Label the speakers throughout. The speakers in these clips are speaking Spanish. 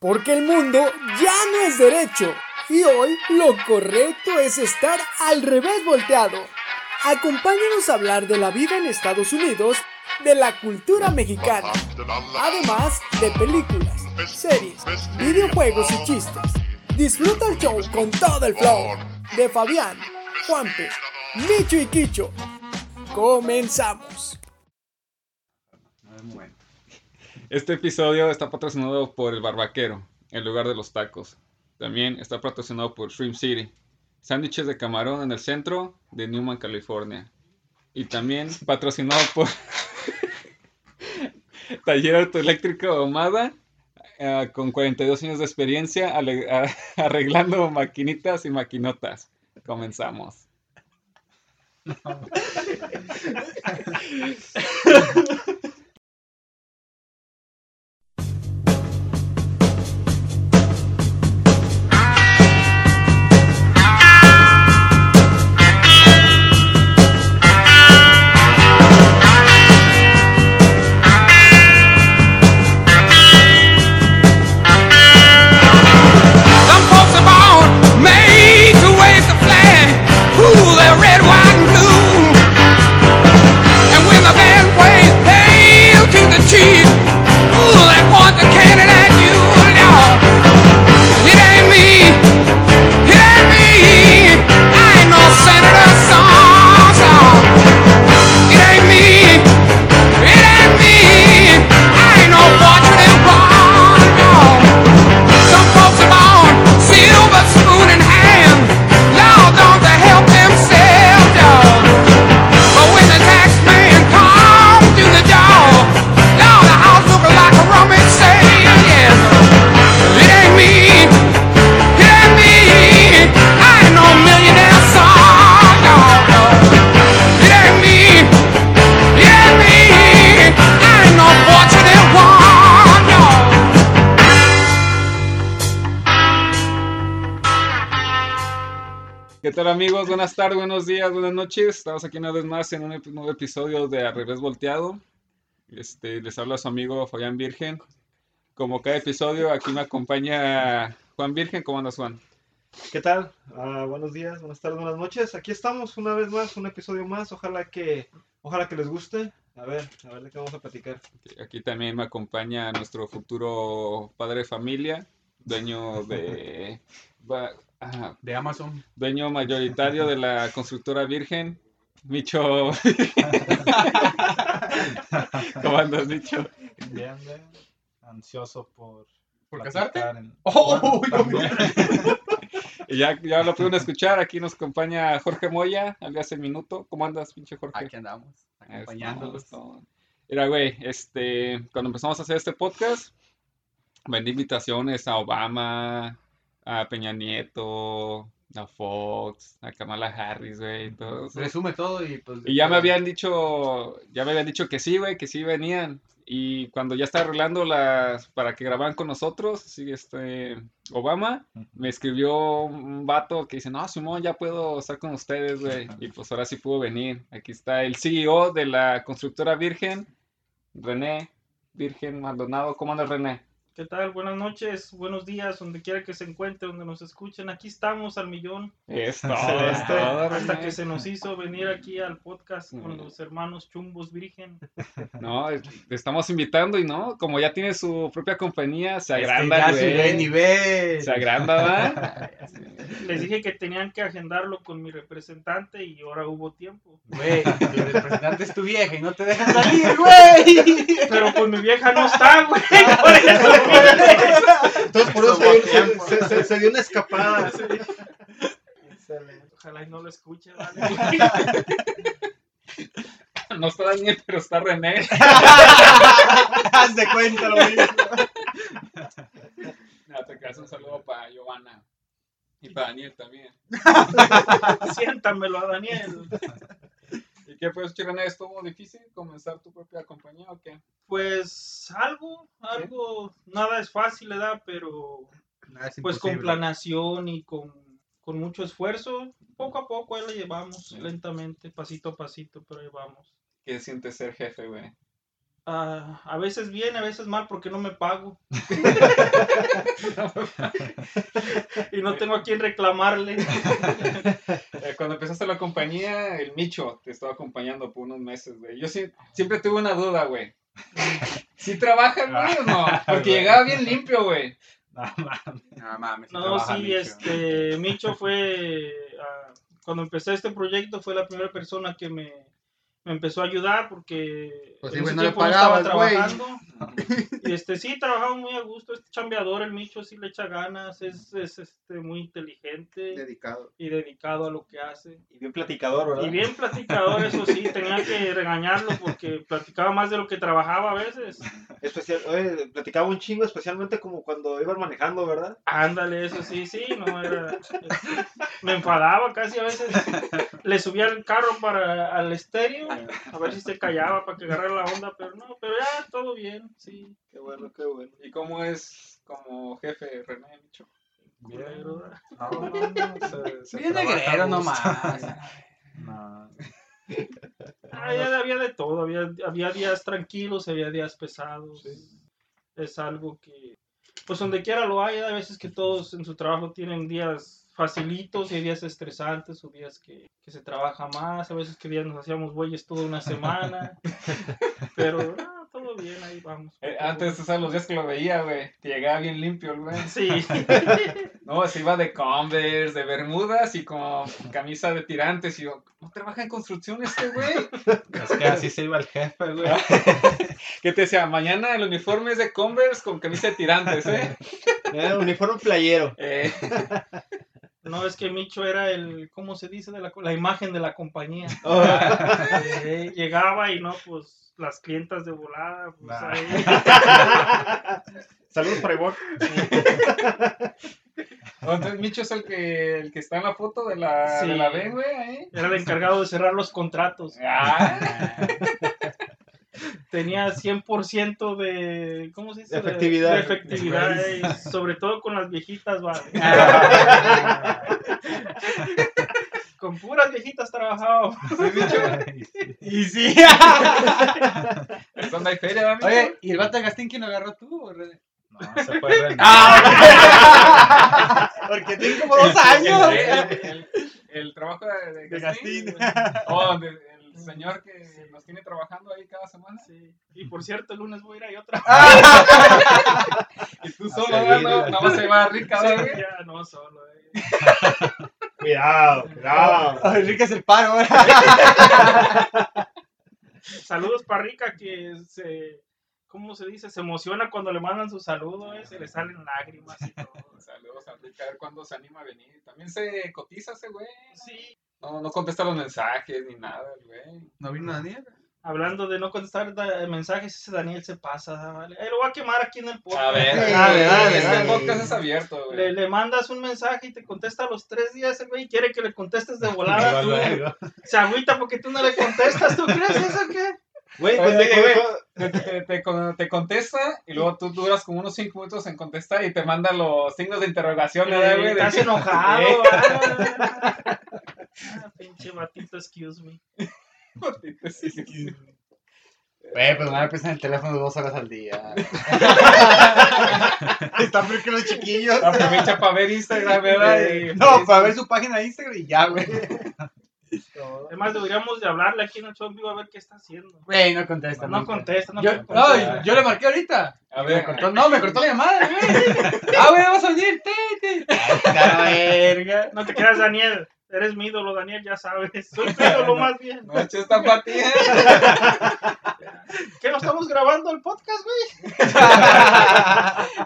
Speaker 1: Porque el mundo ya no es derecho. Y hoy lo correcto es estar al revés volteado. Acompáñanos a hablar de la vida en Estados Unidos, de la cultura mexicana, además de películas, series, videojuegos y chistes. Disfruta el show con todo el flow de Fabián, Juanpe, Micho y Quicho. Comenzamos.
Speaker 2: Este episodio está patrocinado por El Barbaquero, el lugar de los tacos. También está patrocinado por Shrimp City, sándwiches de camarón en el centro de Newman, California. Y también patrocinado por Taller Autoeléctrico Ahumada, eh, con 42 años de experiencia ale- a- arreglando maquinitas y maquinotas. Comenzamos.
Speaker 3: Some folks are born made to wave the flag, ooh, they're red, white, and blue. And when the band plays "Hail to the Chief," ooh, they point the cannon at you, y'all. It ain't me, it ain't me. I ain't no senator, song, song. It ain't me, it ain't me. I ain't no fortunate one, y'all. Some folks are born silver spoon in hand. Lord, don't they help themselves, dog? But when the tax man comes to the door, Lord, the house look like a rummage sale, yes. It ain't me. It ain't me. I ain't no millionaire son, dog, no. It ain't me. It ain't me. I ain't no fortunate one, dog.
Speaker 2: ¿Qué tal amigos? Buenas tardes, buenos días, buenas noches. Estamos aquí una vez más en un ep- nuevo episodio de Al revés volteado. Este, les habla su amigo Fabián Virgen. Como cada episodio, aquí me acompaña Juan Virgen. ¿Cómo andas, Juan?
Speaker 4: ¿Qué tal? Ah, buenos días, buenas tardes, buenas noches. Aquí estamos una vez más, un episodio más. Ojalá que, ojalá que les guste. A ver, a ver de qué vamos a platicar.
Speaker 2: Aquí también me acompaña nuestro futuro padre de familia, dueño de... va- ah,
Speaker 5: de Amazon.
Speaker 2: dueño mayoritario de la constructora Virgen, Micho. ¿Cómo andas, Micho?
Speaker 6: Bien, bien. Ansioso por.
Speaker 5: ¿Por
Speaker 6: platicar
Speaker 5: casarte?
Speaker 6: en-
Speaker 5: ¡Oh!
Speaker 6: Bueno,
Speaker 5: uy,
Speaker 6: también.
Speaker 2: Y ya, ya lo pudieron escuchar, aquí nos acompaña Jorge Moya, alias El Minuto. ¿Cómo andas, pinche Jorge?
Speaker 5: Aquí andamos,
Speaker 2: Ahí estamos,
Speaker 5: acompañándolos.
Speaker 2: estamos. Mira, güey, este, cuando empezamos a hacer este podcast, vendí invitaciones a Obama, a Peña Nieto, a Fox, a Kamala Harris, güey, todo eso.
Speaker 5: Resume todo y pues.
Speaker 2: Y ya me habían dicho, ya me habían dicho que sí, güey, que sí venían. Y cuando ya estaba arreglando las para que grabaran con nosotros, sí, este, Obama, me escribió un vato que dice, no, Simón, ya puedo estar con ustedes, güey. Y pues ahora sí pudo venir. Aquí está el CEO de la constructora Virgen, René Virgen Maldonado. ¿Cómo andas, René?
Speaker 7: ¿Qué tal? Buenas noches, buenos días, donde quiera que se encuentre, donde nos escuchen. Aquí estamos al millón.
Speaker 2: Es todo, es
Speaker 7: Este,
Speaker 2: todo,
Speaker 7: hasta
Speaker 2: René.
Speaker 7: que se nos hizo venir aquí al podcast con
Speaker 2: Mm.
Speaker 7: los hermanos Chumbos Virgen.
Speaker 2: No, es- te estamos invitando y no, como ya tiene su propia compañía, se
Speaker 5: Es que
Speaker 2: agranda,
Speaker 5: Este, ya subió de
Speaker 2: güey.
Speaker 5: nivel.
Speaker 2: Se agranda, ¿va?
Speaker 7: Les dije que tenían que agendarlo con mi representante y ahora hubo tiempo.
Speaker 5: Güey, tu representante es tu vieja y no te dejan salir, güey.
Speaker 7: Pero con mi vieja no está, güey. Por eso,
Speaker 4: Entonces, por eso se, dio- se- se- se dio una escapada.
Speaker 7: güey. Ojalá y no lo escuche, ¿vale?
Speaker 2: No está Daniel, pero está René.
Speaker 5: Haz de cuenta lo mismo.
Speaker 2: No, te creas un saludo para Giovanna. Y para Daniel también.
Speaker 7: Siéntamelo a Daniel.
Speaker 2: ¿Y qué pues, chico, René? ¿Estuvo difícil comenzar tu propia compañía o qué?
Speaker 7: Pues algo, algo, nada es fácil, ¿verdad? Pero pues con planación y con, con mucho esfuerzo, poco a poco ahí la llevamos, lentamente, pasito a pasito, pero ahí vamos.
Speaker 2: ¿Qué sientes ser jefe, güey?
Speaker 7: Ah, a veces bien, a veces mal, porque no me pago. y no tengo a quién reclamarle.
Speaker 2: Eh, Cuando empezaste la compañía, el Micho te estaba acompañando por unos meses, güey. Yo sí- siempre tuve una duda, güey. ¿Sí trabajan, Ah. güey, o no? Porque
Speaker 6: güey.
Speaker 2: llegaba bien limpio, güey.
Speaker 6: No mames.
Speaker 5: No mames.
Speaker 7: No,
Speaker 5: trabaja
Speaker 7: sí,
Speaker 5: Micho.
Speaker 7: este, Micho fue, ah, cuando empecé este proyecto, fue la primera persona que me, me empezó a ayudar porque
Speaker 8: Pues sí,
Speaker 7: en
Speaker 8: güey, no
Speaker 7: ese
Speaker 8: le
Speaker 7: tiempo no estaba
Speaker 8: pagabas, güey.
Speaker 7: trabajando. Y este, sí, trabajaba muy a gusto, es chambeador, el Micho sí le echa ganas, es, es, este, muy inteligente
Speaker 8: Dedicado.
Speaker 7: y dedicado a lo que hace.
Speaker 4: Y bien platicador, ¿verdad?
Speaker 7: Y bien platicador, eso sí, tenía que regañarlo porque platicaba más de lo que trabajaba a veces.
Speaker 4: Especial, oye, platicaba un chingo, especialmente como cuando iban manejando, ¿verdad?
Speaker 7: Ándale, eso sí, sí, no era. Me enfadaba casi a veces. Le subía el carro para al estéreo, a ver si se callaba para que agarrara la onda, pero no, pero ya todo bien, sí.
Speaker 4: Qué bueno, qué bueno.
Speaker 2: ¿Y cómo es como jefe René Micho?
Speaker 7: culero, ¿verdad?
Speaker 6: No, no, no. Se, se
Speaker 5: Bien
Speaker 6: trabaja
Speaker 5: negrero
Speaker 6: a gusto.
Speaker 5: nomás.
Speaker 6: No.
Speaker 7: Ah, ya había de todo, había, había días tranquilos, había días pesados. Es algo que, pues donde quiera lo haya, hay veces que todos en su trabajo tienen días facilitos y hay días estresantes o días que, que se trabaja más, a veces que días nos hacíamos bueyes toda una semana, pero ah, todo bien, ahí vamos.
Speaker 2: Eh, antes, o sea, los días que lo veía, güey, que llegaba bien limpio el güey.
Speaker 7: Sí,
Speaker 2: No, se iba de Converse, de Bermudas y con camisa de tirantes. Y yo, ¿no trabaja en construcción este güey?
Speaker 6: Es que así se iba el jefe, güey.
Speaker 2: ¿Qué te decía? Mañana el uniforme es de Converse con camisa de tirantes, ¿eh?
Speaker 4: Era uniforme playero.
Speaker 2: Eh,
Speaker 7: no, es que Micho era el, ¿cómo se dice? De la, co- la imagen de la compañía.
Speaker 5: Oh.
Speaker 7: Eh, llegaba y no, pues las clientas de volada, pues
Speaker 6: Nah.
Speaker 7: ahí.
Speaker 4: Saludos para Ivonne.
Speaker 2: entonces Micho es el que, el que está en la foto de la, de
Speaker 7: Sí.
Speaker 2: la B, güey, ahí.
Speaker 7: Era el encargado de cerrar los contratos.
Speaker 2: Ah,
Speaker 7: Tenía 100% de. ¿Cómo se dice?
Speaker 4: De efectividad.
Speaker 7: De efectividad. eh, sobre todo con las viejitas, vale. con puras viejitas trabajaba.
Speaker 5: Y sí.
Speaker 2: es donde hay feria, ¿verdad, Micho?
Speaker 5: Oye, ¿y el vato de Gastín quién lo agarró tú? René?
Speaker 6: No, se fue René.
Speaker 5: Ah. Porque tiene como dos años.
Speaker 2: El, el- el trabajo de, de Gastín. güey. Oh, de- el señor que nos tiene trabajando ahí cada semana.
Speaker 7: Sí. Y por cierto, el lunes voy a ir ahí otra.
Speaker 4: Ah,
Speaker 2: Y tú
Speaker 6: A
Speaker 2: solo,
Speaker 6: seguir,
Speaker 2: ¿verdad? no,
Speaker 6: güey.
Speaker 2: nada más se va rica,
Speaker 7: vez.
Speaker 2: güey.
Speaker 7: Ya, no solo. eh.
Speaker 4: Cuidado, cuidado.
Speaker 5: Ay, Enrique es el paro ahora.
Speaker 7: Saludos para Rica que se. ¿Cómo se dice? Se emociona cuando le mandan su saludo, eh, se le salen lágrimas y todo.
Speaker 2: Saludos a Rica, a ver cuándo se anima a venir. También se cotiza ese güey.
Speaker 7: Sí.
Speaker 2: No, no contesta los mensajes ni nada, el güey.
Speaker 5: ¿No vino Daniel?
Speaker 7: Hablando de no contestar da- mensajes, ese Daniel se pasa, vale. Eh, lo voy a quemar aquí en el podcast.
Speaker 2: A ver,
Speaker 8: Sí,
Speaker 2: a ver,
Speaker 8: dale,
Speaker 2: este
Speaker 8: dale.
Speaker 2: podcast es abierto, güey.
Speaker 7: Le, le mandas un mensaje y te contesta a los tres días el güey quiere que le contestes de volada.
Speaker 6: Luego,
Speaker 7: tú.
Speaker 6: luego.
Speaker 7: Se agüita porque tú no le contestas. ¿Tú crees eso qué?
Speaker 4: Güey,
Speaker 2: Oye,
Speaker 4: pues te-
Speaker 2: oye, güey.
Speaker 4: co-
Speaker 2: Te, te- te con- te contesta y luego tú duras como unos 5 minutos en contestar y te manda los signos de interrogación, ¿verdad,
Speaker 7: Eh,
Speaker 2: güey? De-
Speaker 7: Estás enojado.
Speaker 2: Eh.
Speaker 7: ah. Ah, pinche batito, excuse me.
Speaker 5: Güey, pues me van a pensar en el teléfono dos horas al día. Está peor que los chiquillos.
Speaker 2: Aprovecha para ver Instagram, ¿verdad? Y-
Speaker 5: Eh,
Speaker 2: pues,
Speaker 5: No, para ver su página de Instagram y ya, güey.
Speaker 7: Además, deberíamos de hablarle aquí en el show en vivo a ver qué está haciendo.
Speaker 5: Güey, no contesta.
Speaker 7: No
Speaker 5: nunca.
Speaker 7: contesta, no
Speaker 5: Yo,
Speaker 7: contesta.
Speaker 5: no, yo le marqué ahorita.
Speaker 2: A
Speaker 5: Me
Speaker 2: ver,
Speaker 5: cortó, no, me cortó la llamada, güey. Ah, güey, vas a venir. Te, te. La verga.
Speaker 7: No te creas, Daniel. Eres mi ídolo, Daniel, ya sabes. Soy tu ídolo más bien.
Speaker 2: no eches ¿eh? esta patilla.
Speaker 7: ¿Qué no estamos grabando el podcast, güey?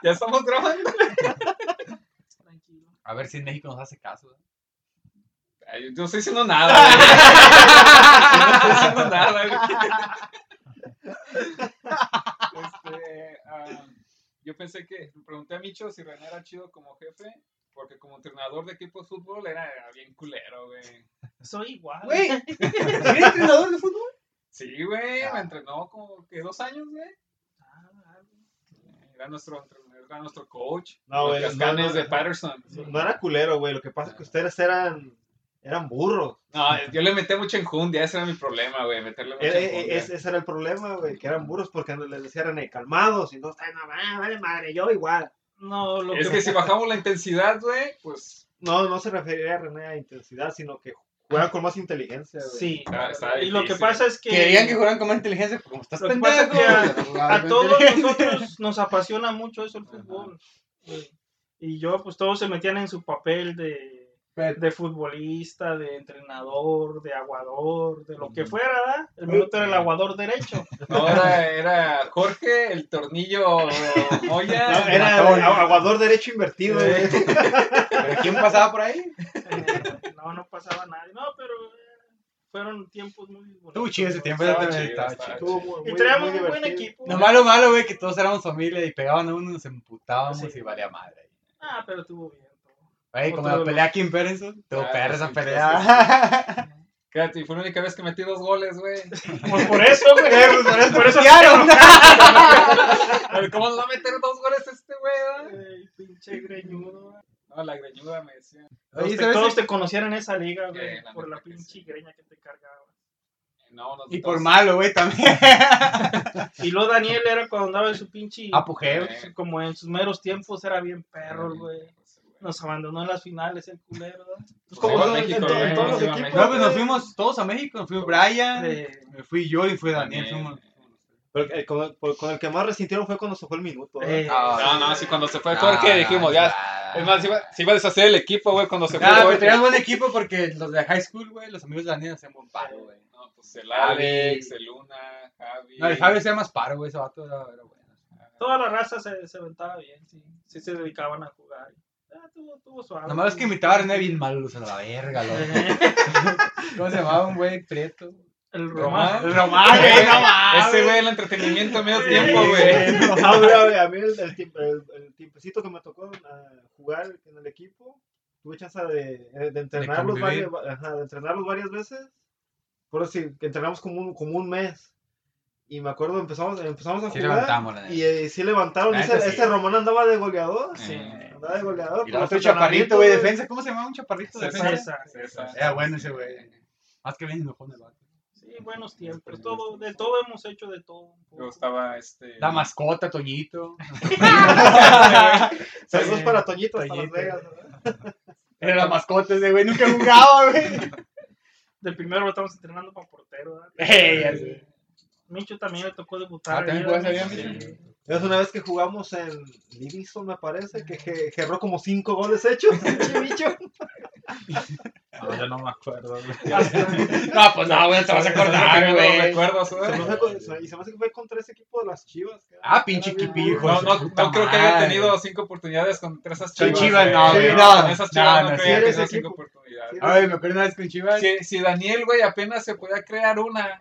Speaker 2: Ya estamos grabando.
Speaker 7: Tranquilo.
Speaker 5: A ver si en México nos hace caso.
Speaker 2: Ay, yo no estoy diciendo nada, güey. Yo no estoy diciendo nada, güey. Este, ah, yo pensé que, pregunté a Micho si René era chido como jefe, porque como entrenador de equipo de fútbol era bien culero, güey.
Speaker 7: Soy igual.
Speaker 5: Güey, ¿eres entrenador de fútbol?
Speaker 2: Sí, güey,
Speaker 4: Ah.
Speaker 2: me entrenó como que dos años, güey. Eh, Era nuestro, entren- era nuestro coach. los
Speaker 4: No, güey, no,
Speaker 2: cascanes
Speaker 4: no,
Speaker 2: de
Speaker 4: no.
Speaker 2: Patterson.
Speaker 4: No era culero, güey. Lo que pasa es que ustedes eran, eran burros.
Speaker 2: No, yo le metí mucho enjundia, ese era mi problema, güey, meterle mucho
Speaker 4: Era- e-
Speaker 2: enjundia.
Speaker 4: ese, ese era el problema, güey, que eran burros porque les decían eh, calmados y no, "Ay, no, va, vale madre, yo igual.
Speaker 7: No, lo
Speaker 2: Es que si bajamos la intensidad, güey, pues
Speaker 4: No, no se refería a René a intensidad, sino que juega con más inteligencia, güey.
Speaker 7: Sí.
Speaker 2: está, está
Speaker 7: Y lo que
Speaker 2: difícil.
Speaker 7: pasa es que.
Speaker 5: Querían que jugaran con más inteligencia, pero como estás
Speaker 7: Lo que pasa es
Speaker 5: pendejo.
Speaker 7: que a, a
Speaker 5: güey,
Speaker 7: todos
Speaker 5: güey.
Speaker 7: nosotros nos apasiona mucho eso el fútbol. güey. Y yo, pues todos se metían en su papel de,
Speaker 5: Pero-
Speaker 7: de futbolista, de entrenador, de aguador, de lo que fuera, ¿verdad? El minuto era el aguador derecho.
Speaker 2: No, era, era Jorge, el tornillo
Speaker 6: Ah,
Speaker 4: No,
Speaker 2: Moya.
Speaker 4: era
Speaker 5: Matón.
Speaker 4: agu- aguador derecho invertido, güey.
Speaker 5: ¿Pero quién pasaba por ahí?
Speaker 7: Eh, No, no pasaba nadie. No, pero eh, fueron tiempos muy bonitos.
Speaker 6: Tú chido ese
Speaker 7: güey.
Speaker 6: tiempo.
Speaker 2: Estaba
Speaker 6: era-
Speaker 2: chido,
Speaker 6: estaba
Speaker 2: estaba
Speaker 6: chido.
Speaker 4: Estuvo muy-
Speaker 7: Y
Speaker 4: muy-
Speaker 7: traíamos
Speaker 4: muy
Speaker 7: un buen
Speaker 4: divertido.
Speaker 7: equipo.
Speaker 5: Lo malo, malo, güey, que todos éramos familia y pegaban a uno, nos emputábamos
Speaker 7: Sí.
Speaker 5: y valía madre.
Speaker 7: Ah, pero estuvo bien. todo.
Speaker 5: Güey, como
Speaker 7: Otro
Speaker 5: la
Speaker 7: de
Speaker 5: pelea Kim Perenson, tuvo
Speaker 2: Pues Ah,
Speaker 5: perra esa
Speaker 2: sí,
Speaker 5: pelea.
Speaker 2: Cállate, y fue la única vez que metí dos goles, güey.
Speaker 7: Pues por eso, güey. Por eso
Speaker 5: ¡Claro!
Speaker 2: A ver, ¿Cómo no va a meter dos goles este, güey? eh?
Speaker 7: Eh, pinche greñudo.
Speaker 2: No, la greñuda me decía.
Speaker 5: Oye,
Speaker 7: Todos te,
Speaker 5: ¿sabes
Speaker 7: todos
Speaker 5: si-
Speaker 7: te conocieron en esa liga, güey,
Speaker 2: Eh, la
Speaker 7: por la
Speaker 2: neta que
Speaker 7: pinche
Speaker 2: sí.
Speaker 7: greña que te cargaba.
Speaker 2: No, no,
Speaker 5: Y
Speaker 2: no,
Speaker 5: por
Speaker 2: sí.
Speaker 5: malo, güey, también.
Speaker 7: Y luego Daniel era cuando andaba en su pinche.
Speaker 5: Apogeo.
Speaker 2: Eh,
Speaker 7: Como en sus meros tiempos era bien perro,
Speaker 2: eh,
Speaker 7: güey.
Speaker 2: pues, güey.
Speaker 7: Nos abandonó en las finales el culero, ¿no?
Speaker 2: Pues
Speaker 4: como
Speaker 2: iba
Speaker 4: todo-
Speaker 2: a México,
Speaker 4: en todo- en
Speaker 2: güey,
Speaker 4: todos
Speaker 2: nos
Speaker 4: los
Speaker 2: iba a
Speaker 4: equipos,
Speaker 2: México.
Speaker 5: No, pues nos fuimos todos a México, nos fui Brian,
Speaker 7: Eh,
Speaker 5: me fui yo y fue Daniel.
Speaker 2: Daniel.
Speaker 5: fuimos-
Speaker 4: Pero el- con, el, por- con el que más resintieron fue cuando se fue el minuto. ¿verdad?
Speaker 7: eh,
Speaker 2: No, no, Ah, sí, cuando se fue
Speaker 5: No,
Speaker 2: Jorge
Speaker 5: no,
Speaker 2: dijimos, ya.
Speaker 5: Ah, no.
Speaker 2: Es más, se iba, se iba a deshacer el equipo, güey, cuando se fue
Speaker 5: Ah, pero
Speaker 2: Jorge.
Speaker 5: tenías buen equipo porque los de high school, güey, los amigos de Daniel hacían buen paro, güey.
Speaker 2: No, pues el Alex, el Luna, Javi.
Speaker 5: No, el Javi hacía más paro, güey, ese vato era, era bueno.
Speaker 7: toda la raza se, se aventaba bien, sí. Sí se dedicaban a jugar. Ah, tuvo, tuvo suave.
Speaker 5: Nada más que imitaba a René bien malo, o sea, la verga, loco.
Speaker 7: Eh,
Speaker 5: ¿Cómo se llamaba un güey prieto?
Speaker 7: El Román.
Speaker 5: El Román, güey, no mames.
Speaker 2: Ese güey, el entretenimiento a medio
Speaker 7: Sí,
Speaker 2: tiempo, güey.
Speaker 4: Eh, no, ah, güey, a ver, a mí el, el tiemp- el- el tiempecito que me tocó ah, jugar en el equipo, tuve chance de, eh, de entrenarlos, varias,
Speaker 5: convivir.
Speaker 4: va- ajá, de entrenarlos varias veces. Por decir, que entrenamos como un, como un mes. Y me acuerdo, empezamos, empezamos a
Speaker 5: Sí
Speaker 4: jugar.
Speaker 5: levantamos, la neta.
Speaker 4: y eh, sí levantaron.
Speaker 5: La
Speaker 4: y
Speaker 5: neta
Speaker 4: ese,
Speaker 5: sí.
Speaker 4: ese Román andaba de goleador.
Speaker 7: Sí.
Speaker 2: Eh,
Speaker 4: Andaba de goleador.
Speaker 5: Y
Speaker 4: por
Speaker 5: luego
Speaker 4: los
Speaker 5: otro chaparrito, güey,
Speaker 4: entrenamientos,
Speaker 5: defensa. ¿Cómo se llamaba un chaparrito
Speaker 2: César.
Speaker 5: defensa?
Speaker 7: César.
Speaker 2: César.
Speaker 5: Era bueno ese güey. Más que bien enojón el vato.
Speaker 7: Sí, buenos tiempos. Todo, de todo hemos hecho de todo. un poco.
Speaker 2: Me gustaba este.
Speaker 5: La mascota, Toñito.
Speaker 4: Saludos
Speaker 5: Sí.
Speaker 4: para Toñito, hasta Las
Speaker 5: Toñito.
Speaker 4: Vegas. ¿verdad?
Speaker 5: Era la mascota ese güey, nunca jugaba, güey.
Speaker 7: Del primero lo estamos entrenando para portero, ¿verdad?
Speaker 5: Ey, ya sé.
Speaker 7: Micho también le tocó debutar. este,
Speaker 5: Ah, ¿también
Speaker 7: ahí,
Speaker 5: jugaste
Speaker 7: ¿verdad?
Speaker 5: bien, Micho?
Speaker 7: Sí.
Speaker 4: Es una vez que jugamos en Livingston, me parece, que ge- gerró como cinco goles hechos. pinche bicho.
Speaker 6: No, yo no me acuerdo, güey.
Speaker 5: Este No, pues no, güey, no te vas a acordar,
Speaker 2: No
Speaker 5: güey.
Speaker 2: recuerdo,
Speaker 4: Se me
Speaker 2: güey.
Speaker 4: hace con- se- y se me hace que fue contra ese equipo de las Chivas. que era-
Speaker 5: Ah, pinche
Speaker 4: era bien
Speaker 5: equipo, hijo.
Speaker 4: bueno.
Speaker 2: No, no,
Speaker 5: Puta
Speaker 2: no creo que haya
Speaker 5: madre.
Speaker 2: tenido cinco oportunidades contra esas
Speaker 5: Con
Speaker 2: chivas.
Speaker 5: Chivas,
Speaker 2: güey.
Speaker 5: no,
Speaker 4: güey,
Speaker 5: no.
Speaker 2: Con esas chivas no,
Speaker 5: No, no,
Speaker 2: creo
Speaker 4: sí
Speaker 2: que haya
Speaker 4: eres
Speaker 2: tenido
Speaker 4: equipo.
Speaker 2: cinco oportunidades.
Speaker 5: Ay, me acuerdo una vez con Chivas.
Speaker 2: Si, si Daniel, güey, apenas se podía crear una,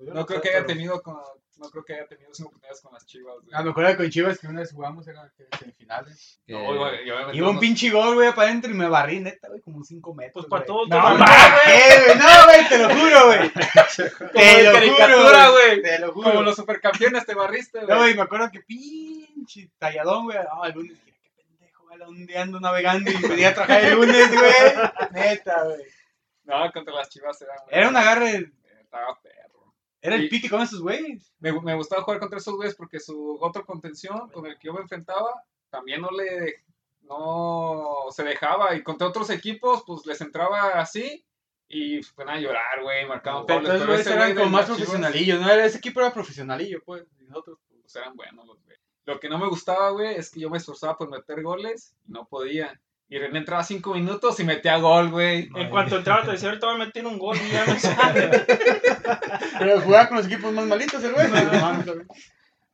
Speaker 4: Yo
Speaker 2: no creo
Speaker 4: sé,
Speaker 2: que haya
Speaker 4: pero-
Speaker 2: tenido con, no creo que haya tenido cinco oportunidades con las chivas, güey.
Speaker 5: Ah, me acuerdo con Chivas que una vez jugamos era que semifinales.
Speaker 2: No,
Speaker 5: Eh,
Speaker 2: güey, yo me metí
Speaker 5: Iba un
Speaker 2: unos-
Speaker 5: pinche gol, güey, para adentro y me barrí, neta, güey, como 5 metros.
Speaker 7: Pues para
Speaker 5: güey.
Speaker 7: todos.
Speaker 5: No,
Speaker 7: todo-
Speaker 5: ma, ¿qué, Ah, güey? No, güey, te lo juro, güey. Te
Speaker 2: Como
Speaker 5: lo
Speaker 2: en caricatura,
Speaker 5: juro,
Speaker 2: güey.
Speaker 5: Te lo juro.
Speaker 2: Como los supercampeones te barriste,
Speaker 5: No,
Speaker 2: güey.
Speaker 5: güey, me acuerdo que pinche talladón, güey. Ah, el lunes dije, qué pendejo, güey, ¿dónde ando navegando? Y venía a trabajar el lunes, güey. Neta, güey.
Speaker 2: No, contra las chivas era, güey.
Speaker 5: Era un agarre,
Speaker 2: Estaba perro.
Speaker 5: era el
Speaker 2: Y-
Speaker 5: piti con esos güeyes.
Speaker 2: Me, me gustaba jugar contra esos güeyes porque su otro contención con el que yo me enfrentaba también no le no se dejaba y contra otros equipos pues les entraba así y pues, van a llorar, güey, marcaban
Speaker 5: Pero
Speaker 2: goles,
Speaker 5: entonces, güey,
Speaker 2: ese
Speaker 5: eran
Speaker 2: güey de
Speaker 5: como más
Speaker 2: las Chivas,
Speaker 5: profesionalillos, ¿no? Era- Ese equipo era profesionalillo, pues. y Nosotros, pues,
Speaker 2: pues eran buenos los güey. Lo que no me gustaba, güey, es que yo me esforzaba por meter goles y no podía. Y René entraba cinco minutos y metía gol, güey.
Speaker 7: En cuanto entraba, te decía, ahorita voy a meter un gol y ya no sale.
Speaker 5: Pero jugaba con los equipos más malitos, el güey. No, mames, güey.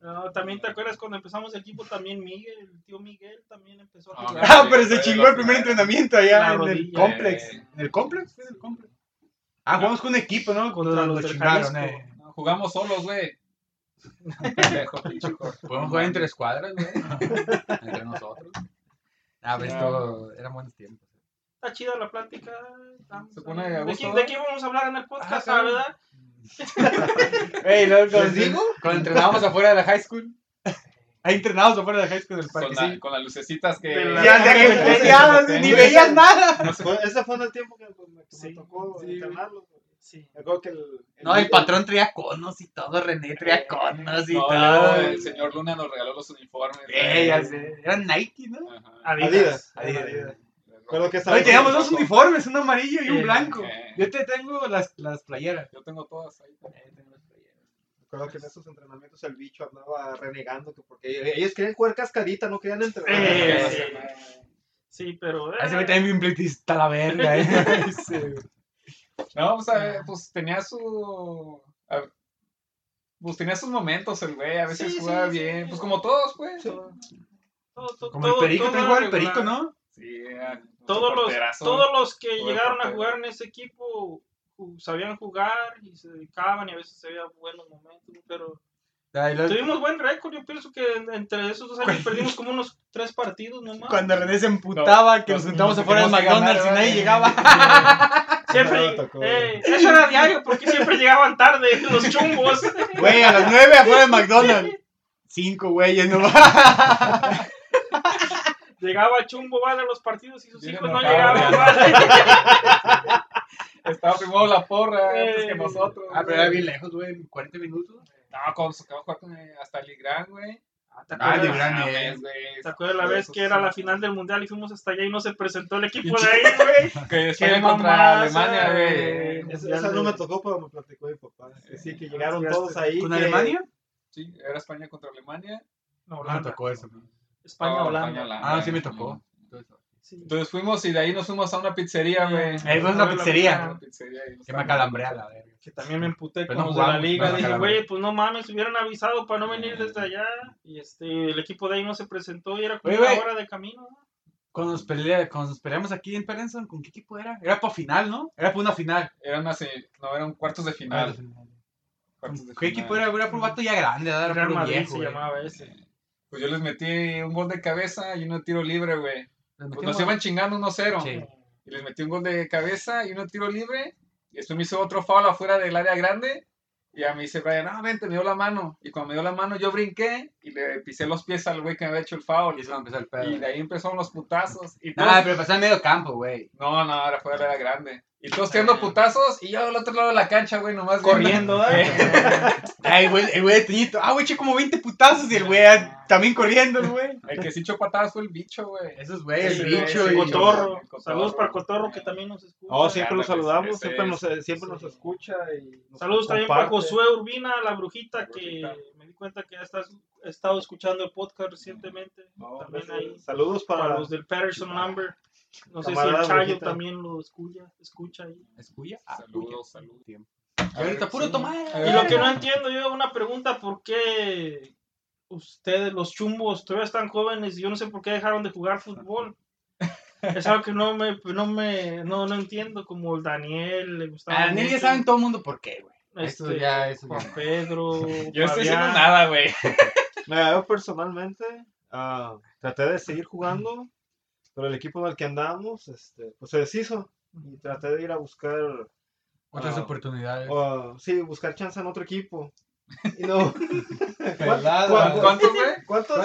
Speaker 7: No, también te acuerdas cuando empezamos el equipo, también Miguel, el tío Miguel también empezó a
Speaker 2: Ah,
Speaker 7: jugar.
Speaker 5: Ah, pero se
Speaker 2: Fue
Speaker 5: chingó
Speaker 2: la
Speaker 5: el primer
Speaker 2: primera.
Speaker 5: entrenamiento
Speaker 7: La
Speaker 5: allá en el
Speaker 7: rodilla,
Speaker 5: complex.
Speaker 2: eh.
Speaker 5: ¿En el complex? Fue en el complex. Ah, jugamos con un equipo, ¿no?
Speaker 7: Contra
Speaker 5: Nos
Speaker 7: los
Speaker 5: lo
Speaker 7: del
Speaker 5: chingaron,
Speaker 7: Jalisco.
Speaker 5: eh.
Speaker 2: No, jugamos solos, güey. Pendejo, pinche Jorge.
Speaker 5: Podemos jugar entre escuadras, güey. entre nosotros. Ah, pues todo. Eran buenos tiempos.
Speaker 7: Está chida la plática. estamos
Speaker 2: Se pone
Speaker 7: ahí.
Speaker 2: a
Speaker 7: ¿De,
Speaker 2: gusto,
Speaker 7: qué,
Speaker 2: ¿verdad?
Speaker 7: de qué vamos a hablar en el
Speaker 2: Ah,
Speaker 7: podcast,
Speaker 2: claro.
Speaker 7: verdad?
Speaker 5: Ey, luego cuando,
Speaker 4: ¿Les digo?
Speaker 5: cuando entrenábamos afuera de la high school. Ahí entrenábamos afuera de la high school en el
Speaker 2: Con,
Speaker 5: parque,
Speaker 2: la-
Speaker 5: sí.
Speaker 2: con las lucecitas que...
Speaker 7: De la-
Speaker 5: Ya, ya que me
Speaker 2: que-
Speaker 5: peleaban, ni veías nada.
Speaker 4: Fue- ese fue en el tiempo que pues, me, que me
Speaker 7: Sí,
Speaker 4: tocó
Speaker 7: sí,
Speaker 4: entrenarlos. güey.
Speaker 7: Sí.
Speaker 4: Me acuerdo que el, el
Speaker 5: No, el
Speaker 4: líder-
Speaker 5: patrón traía conos y todo, René traía conos y
Speaker 2: No,
Speaker 5: todo.
Speaker 2: no, el señor Luna nos regaló los uniformes.
Speaker 5: Eh, ya sé. Eran Nike, ¿no?
Speaker 2: Ajá.
Speaker 7: Adidas.
Speaker 4: Adidas. Adidas.
Speaker 5: Adidas.
Speaker 4: Recuerdo que esa
Speaker 5: Oye,
Speaker 4: vez-
Speaker 5: teníamos dos uniformes, uno amarillo y
Speaker 7: Eh,
Speaker 5: un blanco.
Speaker 2: eh.
Speaker 5: Yo te tengo las, las playeras.
Speaker 2: Yo tengo todas ahí.
Speaker 5: Eh,
Speaker 2: Eh,
Speaker 4: Recuerdo que en esos entrenamientos el bicho andaba renegando que porque ellos querían jugar cascadita, no querían entrenar.
Speaker 7: Eh,
Speaker 4: Sí.
Speaker 7: Sí, pero. eh,
Speaker 5: A ese güey también bien pleitista la verga, eh. Sí.
Speaker 2: No, pues, a ver, pues tenía su. a ver, pues tenía sus momentos el güey, a veces
Speaker 7: Sí,
Speaker 2: jugaba
Speaker 7: sí, sí,
Speaker 2: bien,
Speaker 7: sí.
Speaker 2: pues como todos, pues.
Speaker 7: todo- todo-
Speaker 5: Como el
Speaker 7: todo-
Speaker 5: perico,
Speaker 7: todo
Speaker 5: también jugaba
Speaker 7: era
Speaker 5: el perico,
Speaker 7: regular.
Speaker 5: ¿no?
Speaker 2: Sí, era mucho
Speaker 7: Todos los,
Speaker 2: porterazo.
Speaker 7: todos los que
Speaker 2: Todo el
Speaker 7: llegaron a
Speaker 2: portero.
Speaker 7: jugar en ese equipo ju- sabían jugar y se dedicaban y a veces se veían buenos momentos, pero
Speaker 5: Ahí los-
Speaker 7: tuvimos buen récord. Yo pienso que en- entre esos dos años perdimos como unos tres partidos nomás.
Speaker 5: Cuando René se emputaba, que
Speaker 2: No,
Speaker 5: nos juntamos
Speaker 2: no
Speaker 5: afuera del
Speaker 2: teníamos que
Speaker 5: McDonald's
Speaker 2: ganar,
Speaker 5: y nadie
Speaker 7: ¿eh?
Speaker 2: ¿verdad?
Speaker 5: llegaba.
Speaker 4: No
Speaker 7: Siempre,
Speaker 4: me tocó,
Speaker 7: eh, eso era diario porque siempre llegaban tarde los chumbos.
Speaker 5: Güey, a las nueve afuera del McDonald's. Cinco güeyes nomás.
Speaker 7: Llegaba chumbo, vale, a los partidos y sus
Speaker 2: Bien
Speaker 7: hijos no
Speaker 2: enojado,
Speaker 7: llegaban,
Speaker 2: ya.
Speaker 7: vale.
Speaker 2: Estaba primero la porra antes
Speaker 7: Eh.
Speaker 2: que nosotros.
Speaker 5: Ah, pero era bien lejos, güey, 40 minutos.
Speaker 2: No, cuando se acabó jugar con eh, hasta Ligrán, güey.
Speaker 7: ¿Te
Speaker 5: Ah,
Speaker 7: acuerdas?
Speaker 5: Ligrán,
Speaker 2: mames,
Speaker 5: eh.
Speaker 2: güey.
Speaker 7: ¿Te acuerdas la
Speaker 2: Eso
Speaker 7: vez que
Speaker 2: sí.
Speaker 7: era la final del mundial y fuimos hasta allá y no se presentó el equipo de ahí, güey?
Speaker 2: Que
Speaker 7: Qué
Speaker 2: España
Speaker 7: mamada,
Speaker 2: contra Alemania,
Speaker 7: güey.
Speaker 2: güey.
Speaker 4: Esa, esa no me tocó, pero me platicó mi papá. Que sí, que llegaron
Speaker 7: Sí,
Speaker 4: todos ahí.
Speaker 5: ¿Con
Speaker 4: que-
Speaker 5: Alemania?
Speaker 2: Sí, era España contra Alemania.
Speaker 7: No,
Speaker 5: No me
Speaker 7: Holanda.
Speaker 5: tocó eso. güey.
Speaker 7: España,
Speaker 2: No,
Speaker 7: Holanda.
Speaker 5: Ah, sí me tocó.
Speaker 7: Sí.
Speaker 2: Entonces fuimos y de ahí nos fuimos a una pizzería, güey.
Speaker 5: Ahí fue una
Speaker 7: Ah,
Speaker 5: pizzería.
Speaker 7: la pizzería.
Speaker 2: Una pizzería y nos
Speaker 5: Que me acalambrea la verga.
Speaker 7: Que también me emputé
Speaker 5: Pues
Speaker 7: con
Speaker 5: no
Speaker 7: los de la
Speaker 5: jugamos,
Speaker 7: liga.
Speaker 5: no,
Speaker 7: Dije,
Speaker 5: la
Speaker 7: güey,
Speaker 5: verdad.
Speaker 7: pues no mames, hubieran avisado para no venir
Speaker 2: Eh.
Speaker 7: desde allá. Y este, el equipo de ahí no se presentó y era como
Speaker 5: Oye,
Speaker 7: una
Speaker 5: güey.
Speaker 7: hora de camino. ¿no?
Speaker 5: Cuando nos, pelea, cuando nos peleamos aquí en Perenson, ¿con qué equipo era? Era para final, ¿no? Era para una final.
Speaker 2: Eran así, no, eran cuartos de final. cuartos de
Speaker 5: Ah, ¿Qué
Speaker 2: final.
Speaker 5: equipo era? Era por un vato ya grande, ¿verdad? era
Speaker 7: Real
Speaker 5: por un
Speaker 7: Madrid
Speaker 5: viejo.
Speaker 7: se
Speaker 5: güey.
Speaker 7: llamaba ese.
Speaker 2: Pues yo les metí un gol de cabeza y uno de tiro libre, güey. Pues
Speaker 5: Nos metimos-
Speaker 2: nos iban chingando 1-0.
Speaker 5: Sí.
Speaker 2: Y les metí un gol de cabeza y uno de tiro libre. Y después me hizo otro foul afuera del área grande. Y a mí dice Brian, ah, vente, me dio la mano. Y cuando me dio la mano, yo brinqué y le pisé los pies al güey que me había hecho el foul.
Speaker 5: Y eso empezó el
Speaker 2: Y de
Speaker 5: pedo. Ah,
Speaker 2: ahí empezaron los putazos. Y todos-
Speaker 5: Nada, pero pasó en medio campo, güey.
Speaker 2: No, no, ahora fue la era grande. Y
Speaker 5: Ah.
Speaker 2: todos tirando putazos y yo al otro lado de la cancha, güey, nomás viendo.
Speaker 7: Corriendo, ¿eh?
Speaker 5: Ay, güey, el güey de Toñito. Ah, güey, eché como 20 putazos y el güey ah, también corriendo, el güey.
Speaker 2: El que sí echó patadas fue el bicho, güey.
Speaker 5: Esos güeyes,
Speaker 7: Sí,
Speaker 5: el
Speaker 7: güey,
Speaker 5: bicho
Speaker 7: sí,
Speaker 5: y
Speaker 7: Cotorro.
Speaker 2: Cotorro.
Speaker 7: Saludos para Cotorro que también nos escucha.
Speaker 4: Oh, siempre los
Speaker 2: Ándale,
Speaker 4: saludamos,
Speaker 2: ese
Speaker 4: siempre,
Speaker 2: es.
Speaker 4: nos, siempre
Speaker 7: Sí.
Speaker 4: nos escucha. Y nos
Speaker 7: Saludos también
Speaker 4: comparte.
Speaker 7: para Josué Urbina, la brujita,
Speaker 2: La brujita.
Speaker 7: que me di cuenta que ha estado- ha estado escuchando el podcast recientemente.
Speaker 4: No,
Speaker 7: también
Speaker 4: gracias.
Speaker 7: ahí.
Speaker 4: Saludos para,
Speaker 7: Para los del Patterson Number. No sé si
Speaker 4: Camarada
Speaker 7: el Chayo
Speaker 4: brujita.
Speaker 7: también lo escucha, escucha ahí.
Speaker 5: Escuya.
Speaker 2: Saludos, saludos.
Speaker 5: Y ahorita puro
Speaker 7: sí.
Speaker 5: tomar.
Speaker 7: Y lo que no entiendo yo, una pregunta, ¿por qué ustedes, los chumbos, todavía están jóvenes y yo no sé por qué dejaron de jugar fútbol? Es algo que no me, no me, no, no entiendo, como el Daniel, le gustaba
Speaker 2: Ah,
Speaker 5: A Daniel ya
Speaker 7: mucho,
Speaker 5: saben todo el mundo por qué, güey. Eso
Speaker 7: este,
Speaker 5: ya, eso ya.
Speaker 7: Juan Pedro,
Speaker 2: Yo no estoy diciendo
Speaker 7: Fabián.
Speaker 2: nada, güey.
Speaker 4: Mira, yo personalmente ah, traté de seguir jugando, pero el equipo en el que andábamos este, pues se deshizo y traté de ir a buscar,
Speaker 5: Otras
Speaker 4: Ah.
Speaker 5: oportunidades.
Speaker 4: ah, sí, buscar chance en otro equipo. Y no.
Speaker 5: Pelada.
Speaker 4: ¿Cuán- cuán-
Speaker 2: ¿Cuántos, güey?
Speaker 4: ¿Cuántos?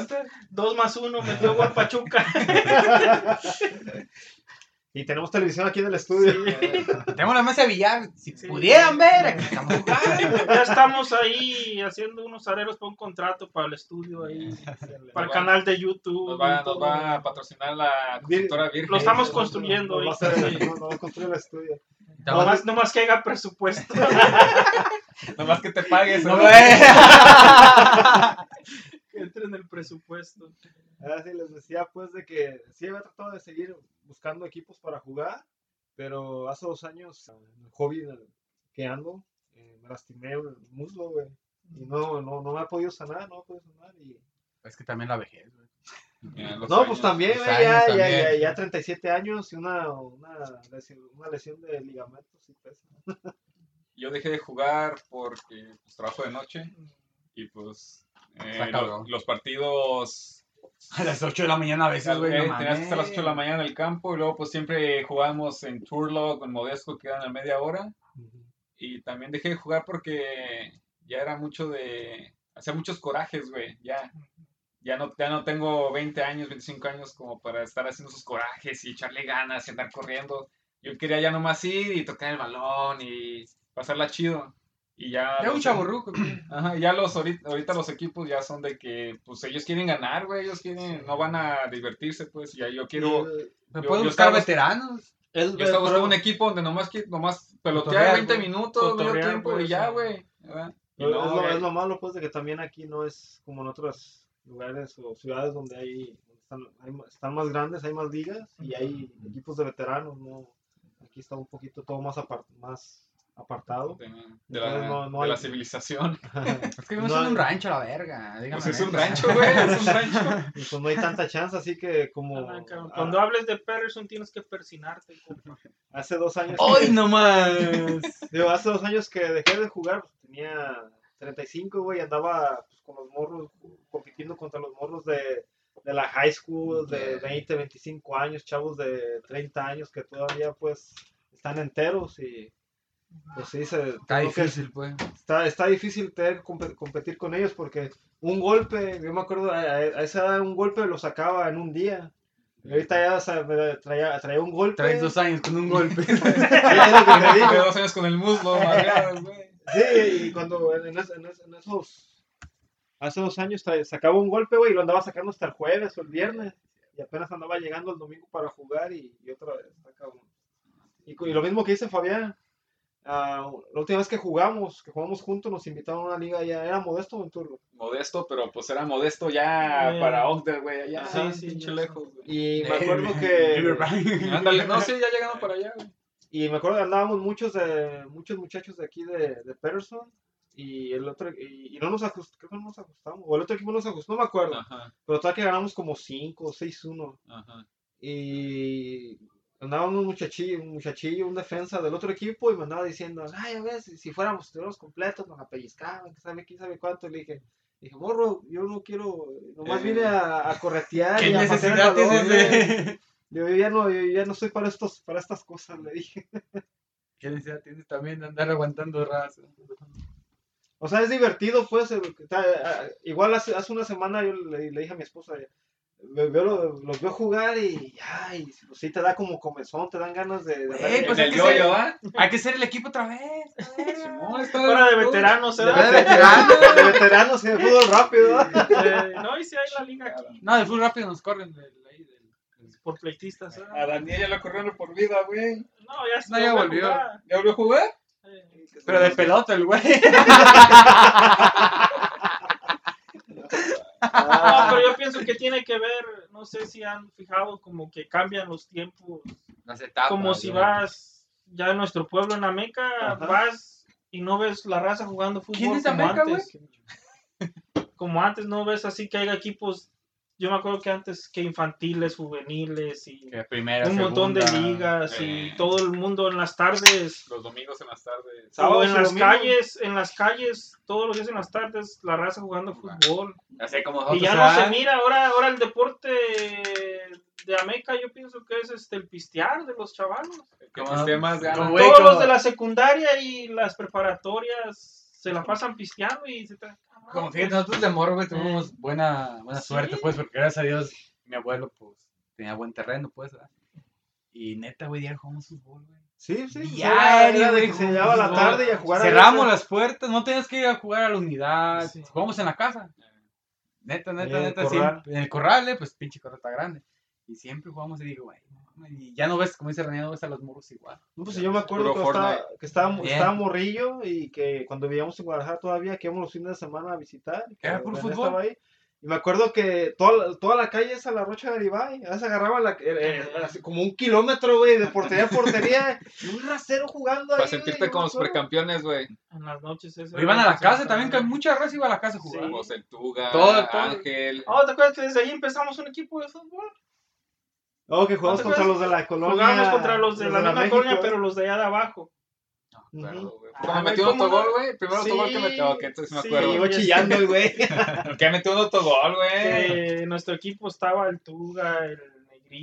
Speaker 7: Dos más uno, metió gol Pachuca.
Speaker 4: Y tenemos televisión aquí en el estudio.
Speaker 5: Eh, Tenemos la mesa de billar. Si
Speaker 7: Sí.
Speaker 5: pudieran ver, aquí estamos jugando.
Speaker 7: ya estamos ahí haciendo unos areros para un contrato para el estudio ahí, para el
Speaker 2: va-
Speaker 7: canal de YouTube.
Speaker 2: Nos va,
Speaker 7: y todo.
Speaker 2: nos va a patrocinar la constructora Virgen.
Speaker 7: Lo
Speaker 4: No,
Speaker 7: estamos
Speaker 4: no,
Speaker 7: construyendo
Speaker 4: no, no,
Speaker 7: ahorita,
Speaker 4: no, no,
Speaker 7: sí.
Speaker 4: no, no, no, construye el estudio.
Speaker 7: No más, no más que haga presupuesto.
Speaker 2: Nomás que te pagues,
Speaker 5: No,
Speaker 2: ¿no?
Speaker 7: que entre en el presupuesto.
Speaker 4: Ah, sí, les decía pues de que sí había tratado de seguir buscando equipos para jugar, pero hace dos años ah, en el hobby en el que ando, eh, me lastimé el muslo, güey. Y no, no, no me ha podido sanar, no me ha podido sanar. Y...
Speaker 5: Es que también la vejez, güey.
Speaker 2: Ya, los
Speaker 4: No, pues
Speaker 2: años.
Speaker 4: también,
Speaker 5: los
Speaker 4: güey, ya,
Speaker 5: años
Speaker 4: ya,
Speaker 5: también.
Speaker 4: ya, ya 37 años y una, una, lesión, una lesión de ligamentos y pesa.
Speaker 2: Yo dejé de jugar porque pues, trabajo de noche y pues eh,
Speaker 5: Está
Speaker 2: lo-
Speaker 5: cabrón.
Speaker 2: los, partidos...
Speaker 5: A las 8 de la mañana a veces, güey.
Speaker 2: eh,
Speaker 5: no
Speaker 2: tenías que estar a las 8 de la
Speaker 5: mames.
Speaker 2: mañana en el campo y luego pues siempre jugábamos en Turlock, en Modesco, que eran a media hora. Y también dejé de jugar porque ya era mucho de... Hacía muchos corajes, güey, ya. Ya no, ya no tengo 20 años, 25 años como para estar haciendo esos corajes y echarle ganas y andar corriendo. Yo quería ya nomás ir y tocar el balón y pasarla chido. Y ya.
Speaker 5: Ya
Speaker 2: los-
Speaker 5: un
Speaker 2: em,
Speaker 5: chaborruco.
Speaker 2: Ajá, ya los ahorita, ahorita los equipos ya son de que pues ellos quieren ganar, güey, ellos quieren, no van a divertirse, pues, ya yo quiero,
Speaker 4: El-
Speaker 5: Me
Speaker 2: Yo-
Speaker 5: puedo
Speaker 2: yo
Speaker 5: buscar
Speaker 2: estaba-
Speaker 5: veteranos.
Speaker 4: el-
Speaker 2: yo estaba buscando
Speaker 4: pero-
Speaker 2: un equipo donde nomás, qui- nomás pelotear
Speaker 5: Cotorrear,
Speaker 2: 20
Speaker 5: güey.
Speaker 2: minutos, medio
Speaker 7: Cotorrear,
Speaker 2: tiempo
Speaker 7: pues,
Speaker 2: y ya,
Speaker 7: sí.
Speaker 2: güey. ¿verdad? Y
Speaker 4: Pero
Speaker 2: no,
Speaker 4: es, lo,
Speaker 2: güey.
Speaker 4: es lo malo, pues, de que también aquí no es como en otros lugares o ciudades donde hay, donde están, hay ma- están más grandes, hay más ligas y hay equipos de veteranos, ¿no? Aquí está un poquito todo más, apar- más apartado.
Speaker 2: De, de la,
Speaker 4: Entonces, no- no
Speaker 2: de
Speaker 4: hay-
Speaker 2: la civilización.
Speaker 5: Es que vivimos
Speaker 4: No,
Speaker 5: en un rancho, la verga. dígame
Speaker 2: Pues es
Speaker 5: la
Speaker 2: un
Speaker 5: neta.
Speaker 2: rancho, güey, es un rancho.
Speaker 4: y pues no hay tanta chance, así que como
Speaker 5: Ah,
Speaker 7: Ajá, cabrón.
Speaker 4: a-
Speaker 7: Cuando hables de Patterson tienes que persinarte, compa.
Speaker 4: hace dos años,
Speaker 5: ¡Ay,
Speaker 4: que,
Speaker 5: no más!
Speaker 4: digo, hace dos años que dejé de jugar, pues, tenía 35, güey, andaba pues, con los morros, compitiendo contra los morros de, de la high school, de 20, 25 años, chavos de 30 años que todavía pues están enteros y pues sí, se,
Speaker 5: Está
Speaker 4: creo que
Speaker 5: difícil, pues.
Speaker 4: está, está difícil tener, compe- competir con ellos porque un golpe, yo me acuerdo, a, a a esa edad un golpe lo sacaba en un día. Y ahorita ya o sea, me traía, traía un golpe.
Speaker 5: Traes dos años con un golpe.
Speaker 4: Sí, es lo que te
Speaker 2: De
Speaker 4: digo.
Speaker 2: dos años con el muslo, madreadas, güey.
Speaker 4: Sí, y cuando en, en es- en es- en esos. Hace dos años tra- sacaba un golpe, güey, y lo andaba sacando hasta el jueves o el viernes. Y apenas andaba llegando el domingo para jugar y, y otra vez, está cabrón. Y, cu- y lo mismo que dice Fabián. ah, la última vez que jugamos, que jugamos juntos, nos invitaron a una liga ya. ¿Era Modesto Venturro?
Speaker 2: Modesto, pero pues era modesto ya
Speaker 7: Güey.
Speaker 2: para Ogder, güey, allá.
Speaker 4: Ajá,
Speaker 2: Sí,
Speaker 7: sí,
Speaker 2: pinche
Speaker 7: ya
Speaker 2: lejos, güey.
Speaker 4: Y me
Speaker 5: Eh,
Speaker 4: acuerdo que.
Speaker 5: Riverbank.
Speaker 2: Ándale, no, sí, ya llegando para allá, güey.
Speaker 4: Y me acuerdo que andábamos muchos, de, muchos muchachos de aquí de, de Patterson. Y el otro. Y, y no nos ajustamos, creo que no nos ajustamos. O el otro equipo no nos ajustó, no me acuerdo.
Speaker 2: Ajá,
Speaker 4: Pero total que ganamos como 5 o 6-1.
Speaker 2: ajá.
Speaker 4: Y andaba un muchachillo, un muchachillo, un defensa del otro equipo y me andaba diciendo, ay, a ver, si, si fuéramos, estuviéramos completos, nos apellizcaban, que sabe quién sabe cuánto. Y le dije, dije, morro, yo no quiero, nomás
Speaker 2: Eh,
Speaker 4: vine a, a corretear
Speaker 5: ¿Qué
Speaker 4: y a patear el
Speaker 5: necesidad es
Speaker 4: balón, güey".
Speaker 5: ese?
Speaker 4: Yo ya no, yo ya no soy para estos, para estas cosas, le dije.
Speaker 5: ¿Qué necesidad tienes también de andar aguantando raza?
Speaker 4: O sea, es divertido, pues. el- ta- a- Igual hace, hace una semana yo le, le dije a mi esposa, eh, ve- veo lo- los veo jugar y, ay, pues sí te da como comezón, te dan ganas de... de
Speaker 5: Güey,
Speaker 4: de-
Speaker 5: pues
Speaker 2: en
Speaker 5: hay
Speaker 2: el
Speaker 5: que
Speaker 2: yo
Speaker 5: ser-
Speaker 2: ¿ah?
Speaker 5: Hay que ser el equipo otra vez.
Speaker 2: Simón, está-
Speaker 7: Fuera de veteranos, ¿eh?
Speaker 4: de, de veteranos, de veteranos en el fútbol rápido. ¿eh?
Speaker 7: Eh, no, y si hay la liga aquí.
Speaker 5: No, de full rápido nos corren. del- ahí del-
Speaker 7: Por pleitistas, ¿eh?
Speaker 2: A Daniel ya lo corrieron por vida, güey.
Speaker 7: No, ya, se
Speaker 5: No, ya
Speaker 7: vuelve a
Speaker 5: volvió.
Speaker 7: jugar.
Speaker 2: ¿Ya volvió a jugar?
Speaker 7: Eh,
Speaker 5: Pero de pelota, el güey.
Speaker 7: No,
Speaker 4: Ah,
Speaker 7: pero yo pienso que tiene que ver, no sé si han fijado como que cambian los tiempos.
Speaker 5: Las etapas.
Speaker 7: como si
Speaker 5: güey.
Speaker 7: vas ya a nuestro pueblo en Ameca,
Speaker 4: Ajá.
Speaker 7: vas y no ves la raza jugando fútbol
Speaker 5: ¿Quién es
Speaker 7: como
Speaker 5: Ameca,
Speaker 7: antes. Como antes no ves así que haya equipos, yo me acuerdo que antes que infantiles, juveniles y
Speaker 2: Que primera, eh,
Speaker 7: un montón de ligas
Speaker 5: eh,
Speaker 7: y todo el mundo en las tardes
Speaker 2: Los domingos en las tardes.
Speaker 4: Sábados
Speaker 7: o
Speaker 4: y
Speaker 7: en las
Speaker 4: domingos.
Speaker 7: calles, en las calles, todos los días en las tardes, la raza jugando fútbol.
Speaker 5: Así como
Speaker 7: Y
Speaker 5: nosotros.
Speaker 7: ya no se
Speaker 5: ¿verdad?
Speaker 7: mira, ahora, ahora el deporte de Ameca yo pienso que es este el pistear de los chavalos.
Speaker 2: Que
Speaker 5: Como-
Speaker 2: los temas ganan.
Speaker 5: como- Güey,
Speaker 7: Todos
Speaker 5: como-
Speaker 7: los de la secundaria y las preparatorias se la pasan pisteando y se traen.
Speaker 5: Como fíjate, nosotros de este morro, güey, tuvimos buena, buena
Speaker 7: Sí.
Speaker 5: suerte, pues, porque gracias a Dios mi abuelo, pues, tenía buen terreno, pues, ¿verdad? Y neta, güey, ya jugamos fútbol, güey.
Speaker 4: sí, sí. pues, era-
Speaker 5: Diario,
Speaker 4: era de
Speaker 5: güey,
Speaker 4: que se
Speaker 5: jugamos
Speaker 4: llevaba la
Speaker 5: fútbol.
Speaker 4: tarde y a jugar. a
Speaker 5: Cerramos
Speaker 4: la...
Speaker 5: las puertas, no tenías que ir a jugar a la unidad,
Speaker 7: Sí.
Speaker 5: jugamos en la casa. Neta,
Speaker 4: Y en
Speaker 5: neta,
Speaker 4: el
Speaker 5: neta, sí.
Speaker 4: corral.
Speaker 5: En el corral, eh, pues, pinche corral está grande. Y siempre jugamos y digo, güey, no mames, y ya no ves, como dice René, no ves a los morros igual.
Speaker 4: No, pues yo me acuerdo
Speaker 2: Puro
Speaker 4: que estaba, que estaba,
Speaker 5: Bien.
Speaker 4: estaba morrillo y que cuando vivíamos en Guadalajara todavía que íbamos los fines de semana a visitar. que
Speaker 5: Era puro
Speaker 4: René
Speaker 5: fútbol.
Speaker 4: estaba ahí. Y me acuerdo que toda, la- toda la calle esa, la Rocha de Garibay, ya se agarraba la, eh, eh, así como un kilómetro, güey, de portería a portería, y un rasero jugando
Speaker 2: Para
Speaker 4: ahí, güey,
Speaker 2: sentirte
Speaker 4: yo
Speaker 2: como
Speaker 4: me acuerdo.
Speaker 2: supercampeones, güey.
Speaker 7: En las noches. ese-
Speaker 5: O iban a la
Speaker 7: se
Speaker 5: casa
Speaker 7: juntaban.
Speaker 5: también, que mucha raza iba a la casa a jugar.
Speaker 7: Sí.
Speaker 2: Jugamos el Tuga,
Speaker 5: Todo, todo.
Speaker 2: Ángel.
Speaker 7: Oh, ¿te acuerdas que desde ahí empezamos un equipo de fútbol?
Speaker 4: No, Oh, que jugamos
Speaker 7: ¿No te
Speaker 4: contra los
Speaker 7: acuerdas?
Speaker 4: de la colonia.
Speaker 7: Pues, Jugábamos contra los de la misma
Speaker 4: México.
Speaker 7: colonia, pero los de allá de abajo.
Speaker 4: Ujú.
Speaker 2: Claro, güey.
Speaker 7: Ah,
Speaker 2: Cuando
Speaker 7: güey,
Speaker 2: metió un
Speaker 7: ¿cómo no?
Speaker 2: autogol, güey. Primero
Speaker 7: Sí,
Speaker 2: autogol que metió. Ok, entonces me
Speaker 7: sí.
Speaker 4: Y
Speaker 2: acuerdo.
Speaker 4: iba chillando el güey.
Speaker 2: Que metió un autogol, güey.
Speaker 7: Que Eh, nuestro equipo estaba el Tuga, el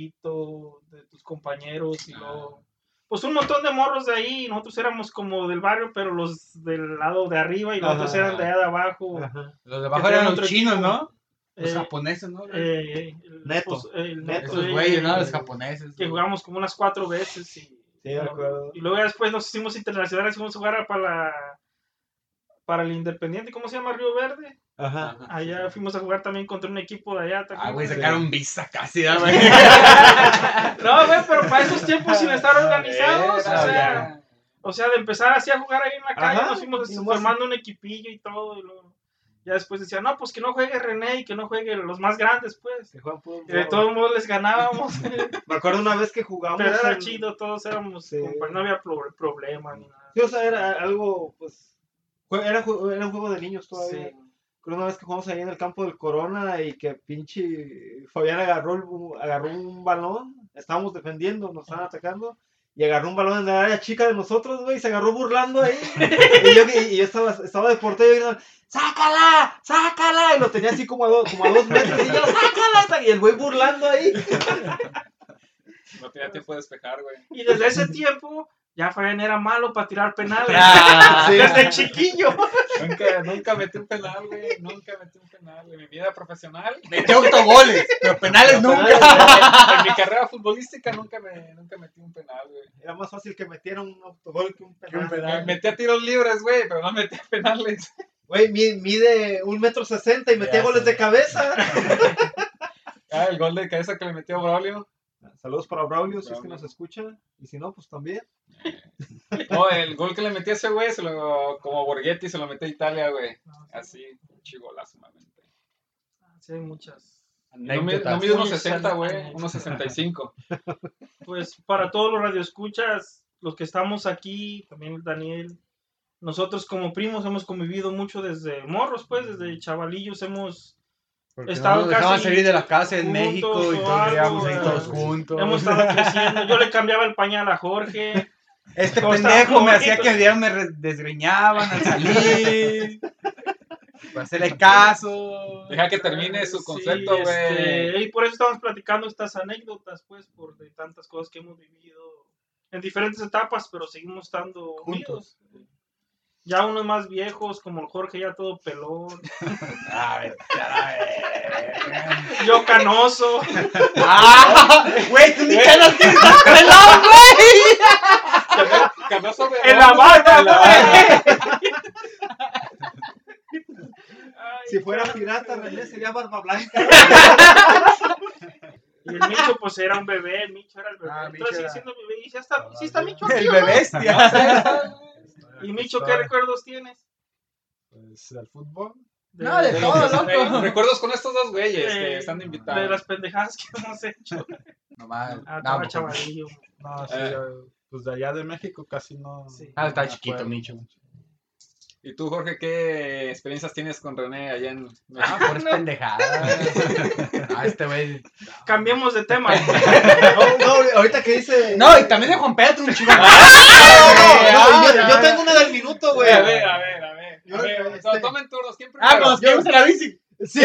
Speaker 7: Negrito, de tus compañeros y
Speaker 2: Ah.
Speaker 7: luego. Pues un montón de morros de ahí, y nosotros éramos como del barrio, pero los del lado de arriba y los otros
Speaker 4: Ajá.
Speaker 7: eran de allá de abajo.
Speaker 5: Los de
Speaker 7: Que
Speaker 5: abajo
Speaker 7: tenían
Speaker 5: eran
Speaker 7: otro
Speaker 5: los chinos,
Speaker 7: equipo.
Speaker 5: ¿no? Ah, Los
Speaker 7: Eh,
Speaker 5: japoneses, ¿no?
Speaker 7: Eh, el-
Speaker 4: Neto.
Speaker 7: pues, el
Speaker 4: Neto.
Speaker 7: neto,
Speaker 5: Esos
Speaker 7: eh,
Speaker 5: güeyes, ¿no?
Speaker 7: eh,
Speaker 5: Los japoneses.
Speaker 7: Que
Speaker 5: güey.
Speaker 7: jugamos como unas cuatro veces y
Speaker 4: Sí, yo recuerdo.
Speaker 7: Y luego ya después nos hicimos internacionales, fuimos a jugar para la- para el Independiente, ¿cómo se llama? Río Verde.
Speaker 4: Ajá.
Speaker 5: Ah,
Speaker 7: Allá fuimos a jugar también contra un equipo de allá. ¿te
Speaker 6: Ah,
Speaker 7: acuerdas?
Speaker 6: güey,
Speaker 4: Sí.
Speaker 6: sacaron visa casi, ¿verdad, güey?
Speaker 7: No, güey, pero para esos tiempos sin estar organizados, o
Speaker 4: Ah,
Speaker 7: sea,
Speaker 4: ya.
Speaker 7: o sea, de empezar así a jugar ahí en la calle,
Speaker 4: Ajá,
Speaker 7: nos fuimos
Speaker 4: y nomás-
Speaker 7: formando un equipillo y todo, y luego ya después decían, no, pues que no juegue René y que no juegue los más grandes, pues.
Speaker 4: Que juegan puro
Speaker 7: Y de
Speaker 4: morro.
Speaker 7: todos modos les ganábamos,
Speaker 4: Me acuerdo una vez que jugamos.
Speaker 7: pero era
Speaker 4: en-
Speaker 7: chido, todos éramos,
Speaker 4: Sí.
Speaker 7: compa- no había pro- problema ni nada.
Speaker 4: Sí, o sea, era algo, pues. jue- Era, ju- era un juego de niños todavía.
Speaker 7: Sí.
Speaker 4: Creo una vez que jugamos ahí en el campo del Corona y que pinche Fabián agarró, el bu- agarró un balón, estábamos defendiendo, nos estaban atacando, y agarró un balón en la área chica de nosotros, güey, y se agarró burlando ahí. y yo, y yo estaba, estaba de portero y gritando, ¡sácala! ¡sácala! Y lo tenía así como a, do- como a dos metros, y yo, ¡sácala! sa-". Y el güey burlando ahí.
Speaker 2: No tenía tiempo de despejar, güey.
Speaker 7: Y desde ese tiempo ya Fabián era malo para tirar penales.
Speaker 6: Ah,
Speaker 7: Desde chiquillo.
Speaker 2: Nunca, nunca metí un penal, güey. Nunca metí un penal. En mi vida profesional,
Speaker 6: Metió autogoles, pero penales nunca.
Speaker 2: en mi carrera futbolística, nunca, me, nunca metí un penal, güey.
Speaker 4: Era más fácil que metiera un autogol que un penal.
Speaker 2: Me metí a tiros libres, güey, pero no metí penales.
Speaker 4: Güey, mi- mide un metro sesenta y metía
Speaker 6: Ya
Speaker 4: goles
Speaker 6: sé.
Speaker 4: de cabeza.
Speaker 2: Ah, el gol de cabeza que le metió a Braulio.
Speaker 4: Saludos para Braulio, si es que
Speaker 2: Braulio.
Speaker 4: nos escucha. Y si no, pues también.
Speaker 2: No, el gol que le metí a ese güey, se lo, como Borghetti, se lo metió a Italia, güey. Así, un chigolazo, malamente.
Speaker 7: Sí, hay muchas.
Speaker 2: No mide no mide unos 60, güey. Unos 65.
Speaker 7: Pues para todos los radioescuchas, los que estamos aquí, también Daniel, nosotros como primos hemos convivido mucho desde morros, pues, desde chavalillos hemos
Speaker 5: Porque
Speaker 7: Estaba
Speaker 5: no nos dejaban
Speaker 7: casi
Speaker 5: salir de la casa en
Speaker 7: juntos
Speaker 5: México
Speaker 7: o
Speaker 5: y todos
Speaker 7: algo,
Speaker 5: vivíamos ahí
Speaker 7: güey.
Speaker 5: Pues, todos juntos.
Speaker 7: hemos estado creciendo. Yo le cambiaba el pañal a Jorge.
Speaker 5: Este
Speaker 7: todos
Speaker 5: pendejo
Speaker 7: estábamos
Speaker 5: me hacía
Speaker 7: juntos.
Speaker 5: que día me re- desgreñaban al salir. para hacerle caso.
Speaker 2: Deja que termine su
Speaker 7: Sí,
Speaker 2: concepto, güey.
Speaker 7: este, y por eso estamos platicando estas anécdotas, pues, por de tantas cosas que hemos vivido en diferentes etapas, pero seguimos estando
Speaker 5: Juntos.
Speaker 7: unidos. Ya unos más viejos, como el Jorge, ya todo pelón.
Speaker 5: Ah, vete a la verga.
Speaker 7: Yo canoso.
Speaker 5: Ah, güey, tú ni canas tienes al pelón, güey.
Speaker 2: Canoso, güey.
Speaker 7: En la barba,
Speaker 4: Si fuera pirata, René sería barba blanca.
Speaker 7: Y el Micho, pues era un bebé, el Micho era el bebé.
Speaker 5: Ah, Micho
Speaker 7: Entonces sigue
Speaker 5: era- Ah,
Speaker 7: siendo bebé. Y ya está, sí está Micho aquí,
Speaker 5: El
Speaker 7: ¿o no?
Speaker 5: bebestia.
Speaker 7: Y Micho, ¿qué recuerdos tienes?
Speaker 6: Pues del fútbol.
Speaker 7: De,
Speaker 5: No, de
Speaker 7: de-
Speaker 5: todo, loco.
Speaker 2: Eh, Recuerdos con estos dos güeyes
Speaker 7: Eh,
Speaker 2: que están invitados.
Speaker 7: de las pendejadas que hemos hecho.
Speaker 5: No mames.
Speaker 7: Ah,
Speaker 5: No,
Speaker 7: estaba
Speaker 5: pues,
Speaker 7: chavalillo.
Speaker 6: No, sí,
Speaker 2: Eh.
Speaker 6: eh, pues de allá de México casi no.
Speaker 7: Sí.
Speaker 5: Ah, está
Speaker 6: no me
Speaker 5: chiquito,
Speaker 6: acuerdo
Speaker 5: Micho.
Speaker 6: mucho.
Speaker 2: ¿Y tú, Jorge, qué experiencias tienes con René allá en
Speaker 5: Ah,
Speaker 2: México?
Speaker 5: puras pendejadas. Ah, este güey.
Speaker 7: Cambiemos de tema.
Speaker 4: No, no, ahorita que dice.
Speaker 5: No, y también de Juan Pedro, un chico.
Speaker 2: Ah, pues,
Speaker 4: No, yo, yo tengo una del minuto, güey.
Speaker 2: a ver, a ver, a ver.
Speaker 4: Yo,
Speaker 2: A ver,
Speaker 4: este-
Speaker 2: to- Tomen turnos, pues, ¿quién
Speaker 5: Ah,
Speaker 2: primero?
Speaker 5: cuando nos quedamos en la bici.
Speaker 4: Sí.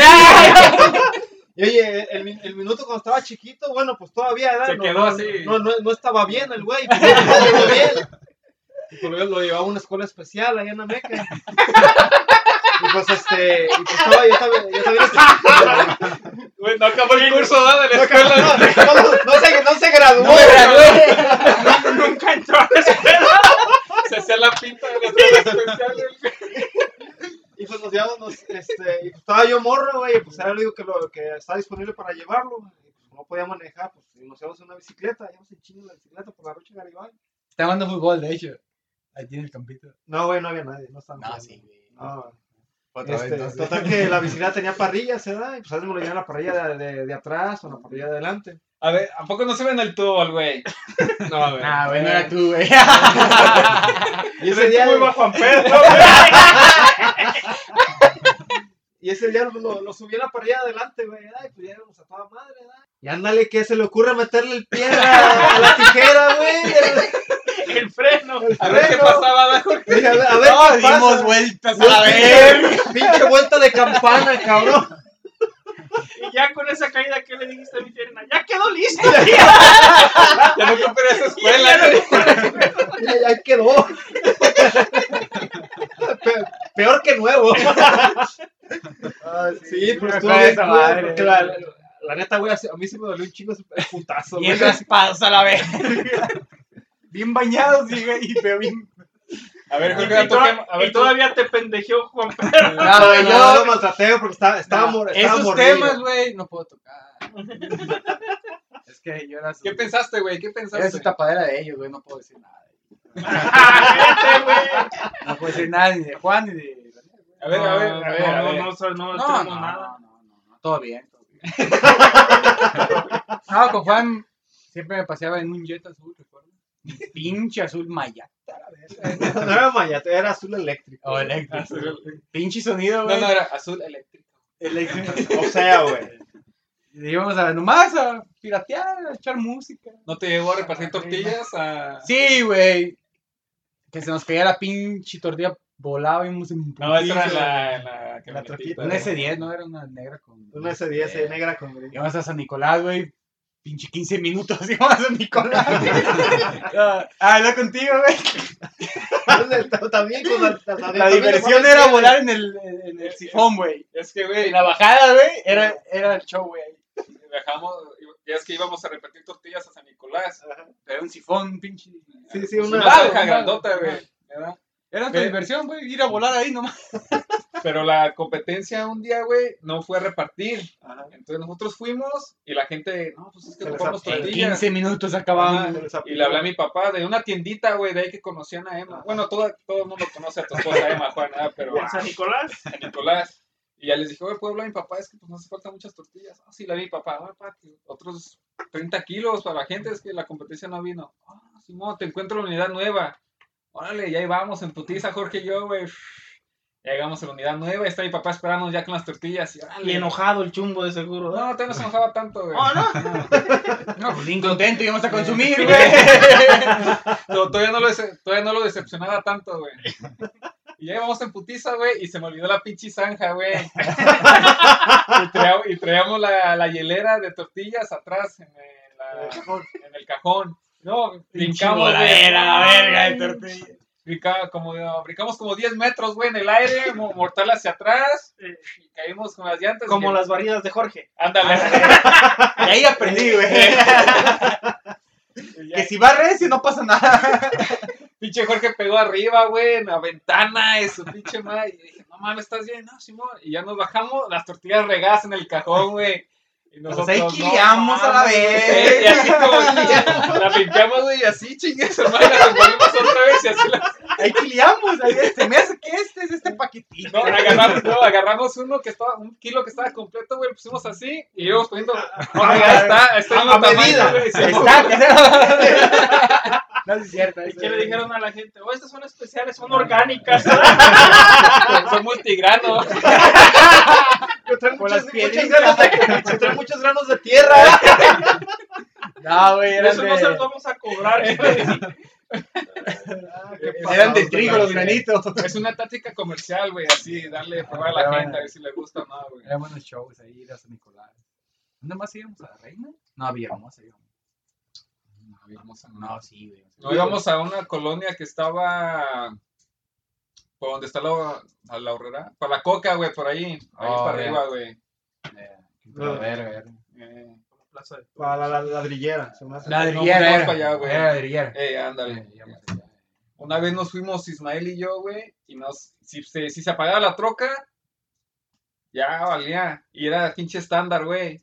Speaker 4: Y oye, el, min- el minuto cuando estaba chiquito, bueno, pues todavía era.
Speaker 2: Se
Speaker 4: no,
Speaker 2: quedó
Speaker 4: no,
Speaker 2: así.
Speaker 4: No, no, no estaba bien el güey. pues, no estaba bien. Y pues lo, lo llevaba a una escuela especial allá en Ameca. Y pues este. Y pues estaba, yo también. Yo también
Speaker 2: Güey, no acabó el curso, ¿no? De la escuela.
Speaker 4: no, no, no se, no se graduó.
Speaker 5: No me gradué.
Speaker 7: Nunca entró a la escuela.
Speaker 2: Se hacía la pinta de la escuela especial. güey.
Speaker 4: Y pues nos llevamos, nos, este, y pues estaba yo morro, güey, y pues era lo único que, lo, que estaba disponible para llevarlo, güey, y pues no podía manejar, pues y nos llevamos en una bicicleta, íbamos en chingo en la bicicleta por la Rocha Garibaldi.
Speaker 5: Está jugando fútbol, de hecho. Ahí tiene el campito.
Speaker 4: No, güey, no había nadie, no estaba
Speaker 5: No,
Speaker 4: nadie,
Speaker 5: Ah, sí, güey.
Speaker 4: No,
Speaker 5: Otra
Speaker 4: este,
Speaker 5: vez, no sé.
Speaker 4: total que la bicicleta tenía parrillas, ¿verdad? Y pues a veces me lo llevan la parrilla de, de, de atrás o la parrilla de adelante.
Speaker 2: A ver, ¿a poco no se ven el tubo, al güey? Eh, No, güey.
Speaker 5: Ah, bueno, era tú, güey.
Speaker 4: Y ese día,
Speaker 7: Muy bajo Juan Pedro.
Speaker 4: y ese día lo, lo subí a la parrilla de adelante, güey, ¿verdad? Y pues ya íbamos a toda madre, ¿verdad? Y ándale, que se le ocurre meterle el pie a la, a la tijera, güey.
Speaker 7: El freno.
Speaker 2: A ver qué
Speaker 4: Bueno.
Speaker 2: pasaba, ¿verdad, Jorge.
Speaker 4: Dije, A ver, a ver
Speaker 5: No,
Speaker 4: qué pasa.
Speaker 5: dimos vueltas a la verga.
Speaker 4: Pinche vuelta de campana, cabrón.
Speaker 7: Y ya con esa caída que le dijiste a mi pierna, ya quedó listo.
Speaker 2: Ya no compré esa escuela, güey.
Speaker 4: Y ahí- ahí quedó. Pe- Peor que nuevo. sí, pues
Speaker 5: Me
Speaker 4: estuvo
Speaker 5: acuerdo de
Speaker 4: bien
Speaker 5: esa
Speaker 4: cool,
Speaker 5: madre.
Speaker 4: porque la, la, la neta, güey, a mí se me dolió un chingo ese putazo,
Speaker 5: Y
Speaker 4: güey.
Speaker 5: el raspazo a la verga. bien bañados, y, y pero bien.
Speaker 2: A ver,
Speaker 7: Y,
Speaker 2: Jorge, ahora
Speaker 7: y toda-
Speaker 2: toquemos- a ver,
Speaker 7: y
Speaker 2: tú-
Speaker 7: todavía te pendejeó Juan
Speaker 5: No,
Speaker 7: Pedro.
Speaker 4: No,
Speaker 5: güey,
Speaker 4: yo
Speaker 5: Ah, yo-
Speaker 4: lo maltrateo porque estaba, estaba, mor- estaba
Speaker 5: Esos
Speaker 4: morrillo.
Speaker 5: temas, güey, no puedo tocar. es que yo era su,
Speaker 2: ¿Qué pensaste, güey? ¿Qué
Speaker 5: era su
Speaker 2: pensaste?
Speaker 5: tapadera de ellos, güey, no puedo decir nada.
Speaker 7: Cállate, güey.
Speaker 5: No puedo decir nada ni de Juan ni de.
Speaker 2: A ver, a ver,
Speaker 7: No,
Speaker 2: a ver, a ver.
Speaker 7: no, No, no,
Speaker 5: No, no,
Speaker 7: no, no, tenemos
Speaker 5: no,
Speaker 7: nada.
Speaker 5: no, no, no, todo bien, todo bien. no, con Juan siempre me paseaba en un jet azul, recuerdo. Un Pinche azul maya.
Speaker 4: No era mayate, era azul eléctrico.
Speaker 5: O eléctrico. Pinche sonido,
Speaker 2: No,
Speaker 5: güey.
Speaker 2: no, era azul eléctrico.
Speaker 5: Eléctrico.
Speaker 4: O sea, güey.
Speaker 5: Y íbamos a nomás a piratear, a echar música.
Speaker 2: ¿No te llegó a repartir tortillas? Ah. A...
Speaker 5: Sí, güey. Que se nos caía la pinche tortilla, volaba y íbamos en
Speaker 2: No, esa era
Speaker 5: putiza.
Speaker 2: la, la,
Speaker 4: La troquita.
Speaker 2: camionetita.
Speaker 5: Una S10, ¿no? Era una negra con...
Speaker 4: Una S10 eh, negra con gris.
Speaker 5: Íbamos a San Nicolás, güey. Pinche 15 minutos íbamos a San Nicolás. ah, era contigo, güey.
Speaker 4: También con la, la-
Speaker 5: La
Speaker 4: también
Speaker 5: diversión
Speaker 4: con-
Speaker 5: era volar en el, en el sifón, güey.
Speaker 2: Es que,
Speaker 5: Y
Speaker 2: güey,
Speaker 5: la bajada, güey, era, era el show, güey.
Speaker 2: dejamos, ya es que íbamos a repartir tortillas a San Nicolás.
Speaker 5: Era un sifón, pinche.
Speaker 4: Sí, sí,
Speaker 2: Una
Speaker 4: una.
Speaker 5: Claro,
Speaker 2: caja
Speaker 5: claro.
Speaker 2: grandota, güey. ¿verdad?
Speaker 5: Era otra
Speaker 2: Ve-
Speaker 5: diversión, güey, ir a volar ahí nomás.
Speaker 2: Pero la competencia un día, güey, no fue a repartir. Entonces nosotros fuimos y la gente, no, pues es que
Speaker 4: Se les
Speaker 2: compramos
Speaker 4: ap- en
Speaker 5: En
Speaker 2: tortillas.
Speaker 5: 15 minutos acabamos.
Speaker 2: Y le hablé a mi papá de una tiendita, güey, de ahí que conocían a Emma. Bueno, toda, todo el mundo conoce a tu esposa Emma, Juan, ¿verdad? pero
Speaker 7: En San Nicolás.
Speaker 2: a Nicolás. Y ya les dije, oye, puedo hablar a mi papá, es que pues no hace falta muchas tortillas. Ah, sí, la vi, papá, "Ah, papá, que otros 30 kilos para la gente, es que la competencia no vino. Ah, Simón, te encuentro en la unidad nueva. Órale, ya ahí vamos, en putiza, Jorge y yo, güey. Llegamos a la unidad nueva, está mi papá esperando ya con las tortillas. Y, órale.
Speaker 7: Y enojado el chumbo de seguro.
Speaker 2: No,
Speaker 7: ¿no?
Speaker 2: todavía no se enojaba tanto, güey.
Speaker 7: Ah,
Speaker 5: No, pues bien contento, íbamos a consumir, güey.
Speaker 2: No, todavía no lo, dece- todavía no lo decepcionaba tanto, güey. Y ya íbamos en putiza, güey, y se me olvidó la pinche zanja, güey. Y, traía- y traíamos la, la hielera de tortillas atrás en el, la- en el cajón. No, brincamos. güey.
Speaker 5: Voladera, la verga de tortilla.
Speaker 2: Brinca- como, brincamos como 10 metros, güey, en el aire, mo- mortal hacia atrás. Y caímos con las llantas.
Speaker 7: Como
Speaker 2: y-
Speaker 7: las varidas de Jorge.
Speaker 2: Ándale.
Speaker 5: Y ahí aprendí, güey. que si va recio no pasa nada.
Speaker 2: Pinche Jorge pegó arriba, güey, en la ventana, eso, pinche madre. Y dije, no mames, estás bien, no, Simón. Y ya nos bajamos, las tortillas regadas en el cajón, güey. Y
Speaker 5: Pues ahí quileamos a la
Speaker 2: mames,
Speaker 5: vez.
Speaker 2: güey. Y así como, la limpiamos, güey, y así, chingas, hermano, las volvimos otra vez y así las.
Speaker 5: Ahí chileamos. Ahí se me hace que este es este paquetito.
Speaker 2: No, agarramos, no, agarramos uno que estaba, un kilo que estaba completo, güey, lo pusimos así y íbamos poniendo. No, ya está, está en
Speaker 4: A- a
Speaker 2: tamaño,
Speaker 4: medida.
Speaker 2: güey,
Speaker 5: Ahí
Speaker 2: Simón.
Speaker 5: está, que se- No, sí es cierto.
Speaker 7: ¿Y
Speaker 5: eso
Speaker 7: qué le
Speaker 5: es-
Speaker 7: dijeron a la gente? Oh, estas son especiales, son orgánicas.
Speaker 2: Son- Son multigrano.
Speaker 4: Encontré
Speaker 5: Con
Speaker 4: muchas, muchas
Speaker 5: las piedritas.
Speaker 4: granos de, encontré muchos granos de tierra. eh.
Speaker 5: No, güey, eran
Speaker 7: Eso no se los
Speaker 5: de,
Speaker 7: vamos a cobrar. güey.
Speaker 5: eran de trigo los granitos.
Speaker 2: Es una táctica comercial, güey, así, darle a probar a la
Speaker 5: Ah,
Speaker 2: gente a
Speaker 5: bueno.
Speaker 2: ver si le gusta o no, güey.
Speaker 5: Eran buenos shows ahí, ir a San Nicolás. ¿Dónde más íbamos? ¿A la Reina? No, a Villahermosa íbamos.
Speaker 2: No, íbamos a,
Speaker 5: No, sí, güey.
Speaker 2: no, íbamos a una colonia que estaba por donde está la, a la horrera, para la coca, güey, por ahí, ahí
Speaker 5: Oh,
Speaker 2: para
Speaker 5: ya.
Speaker 2: arriba, güey.
Speaker 5: A ver, a ver.
Speaker 2: Eh,
Speaker 7: Plaza de-
Speaker 4: Para la, la ladrillera. se me hace.
Speaker 5: Ladrillera
Speaker 2: No,
Speaker 5: era.
Speaker 2: para allá, güey.
Speaker 5: Era ladrillera.
Speaker 2: eh,
Speaker 5: Eh,
Speaker 2: ándale.
Speaker 5: íbamos allá.
Speaker 2: Una vez nos fuimos Ismael y yo, güey, y nos, si se, si se apagaba la troca, ya valía, y era pinche estándar, güey.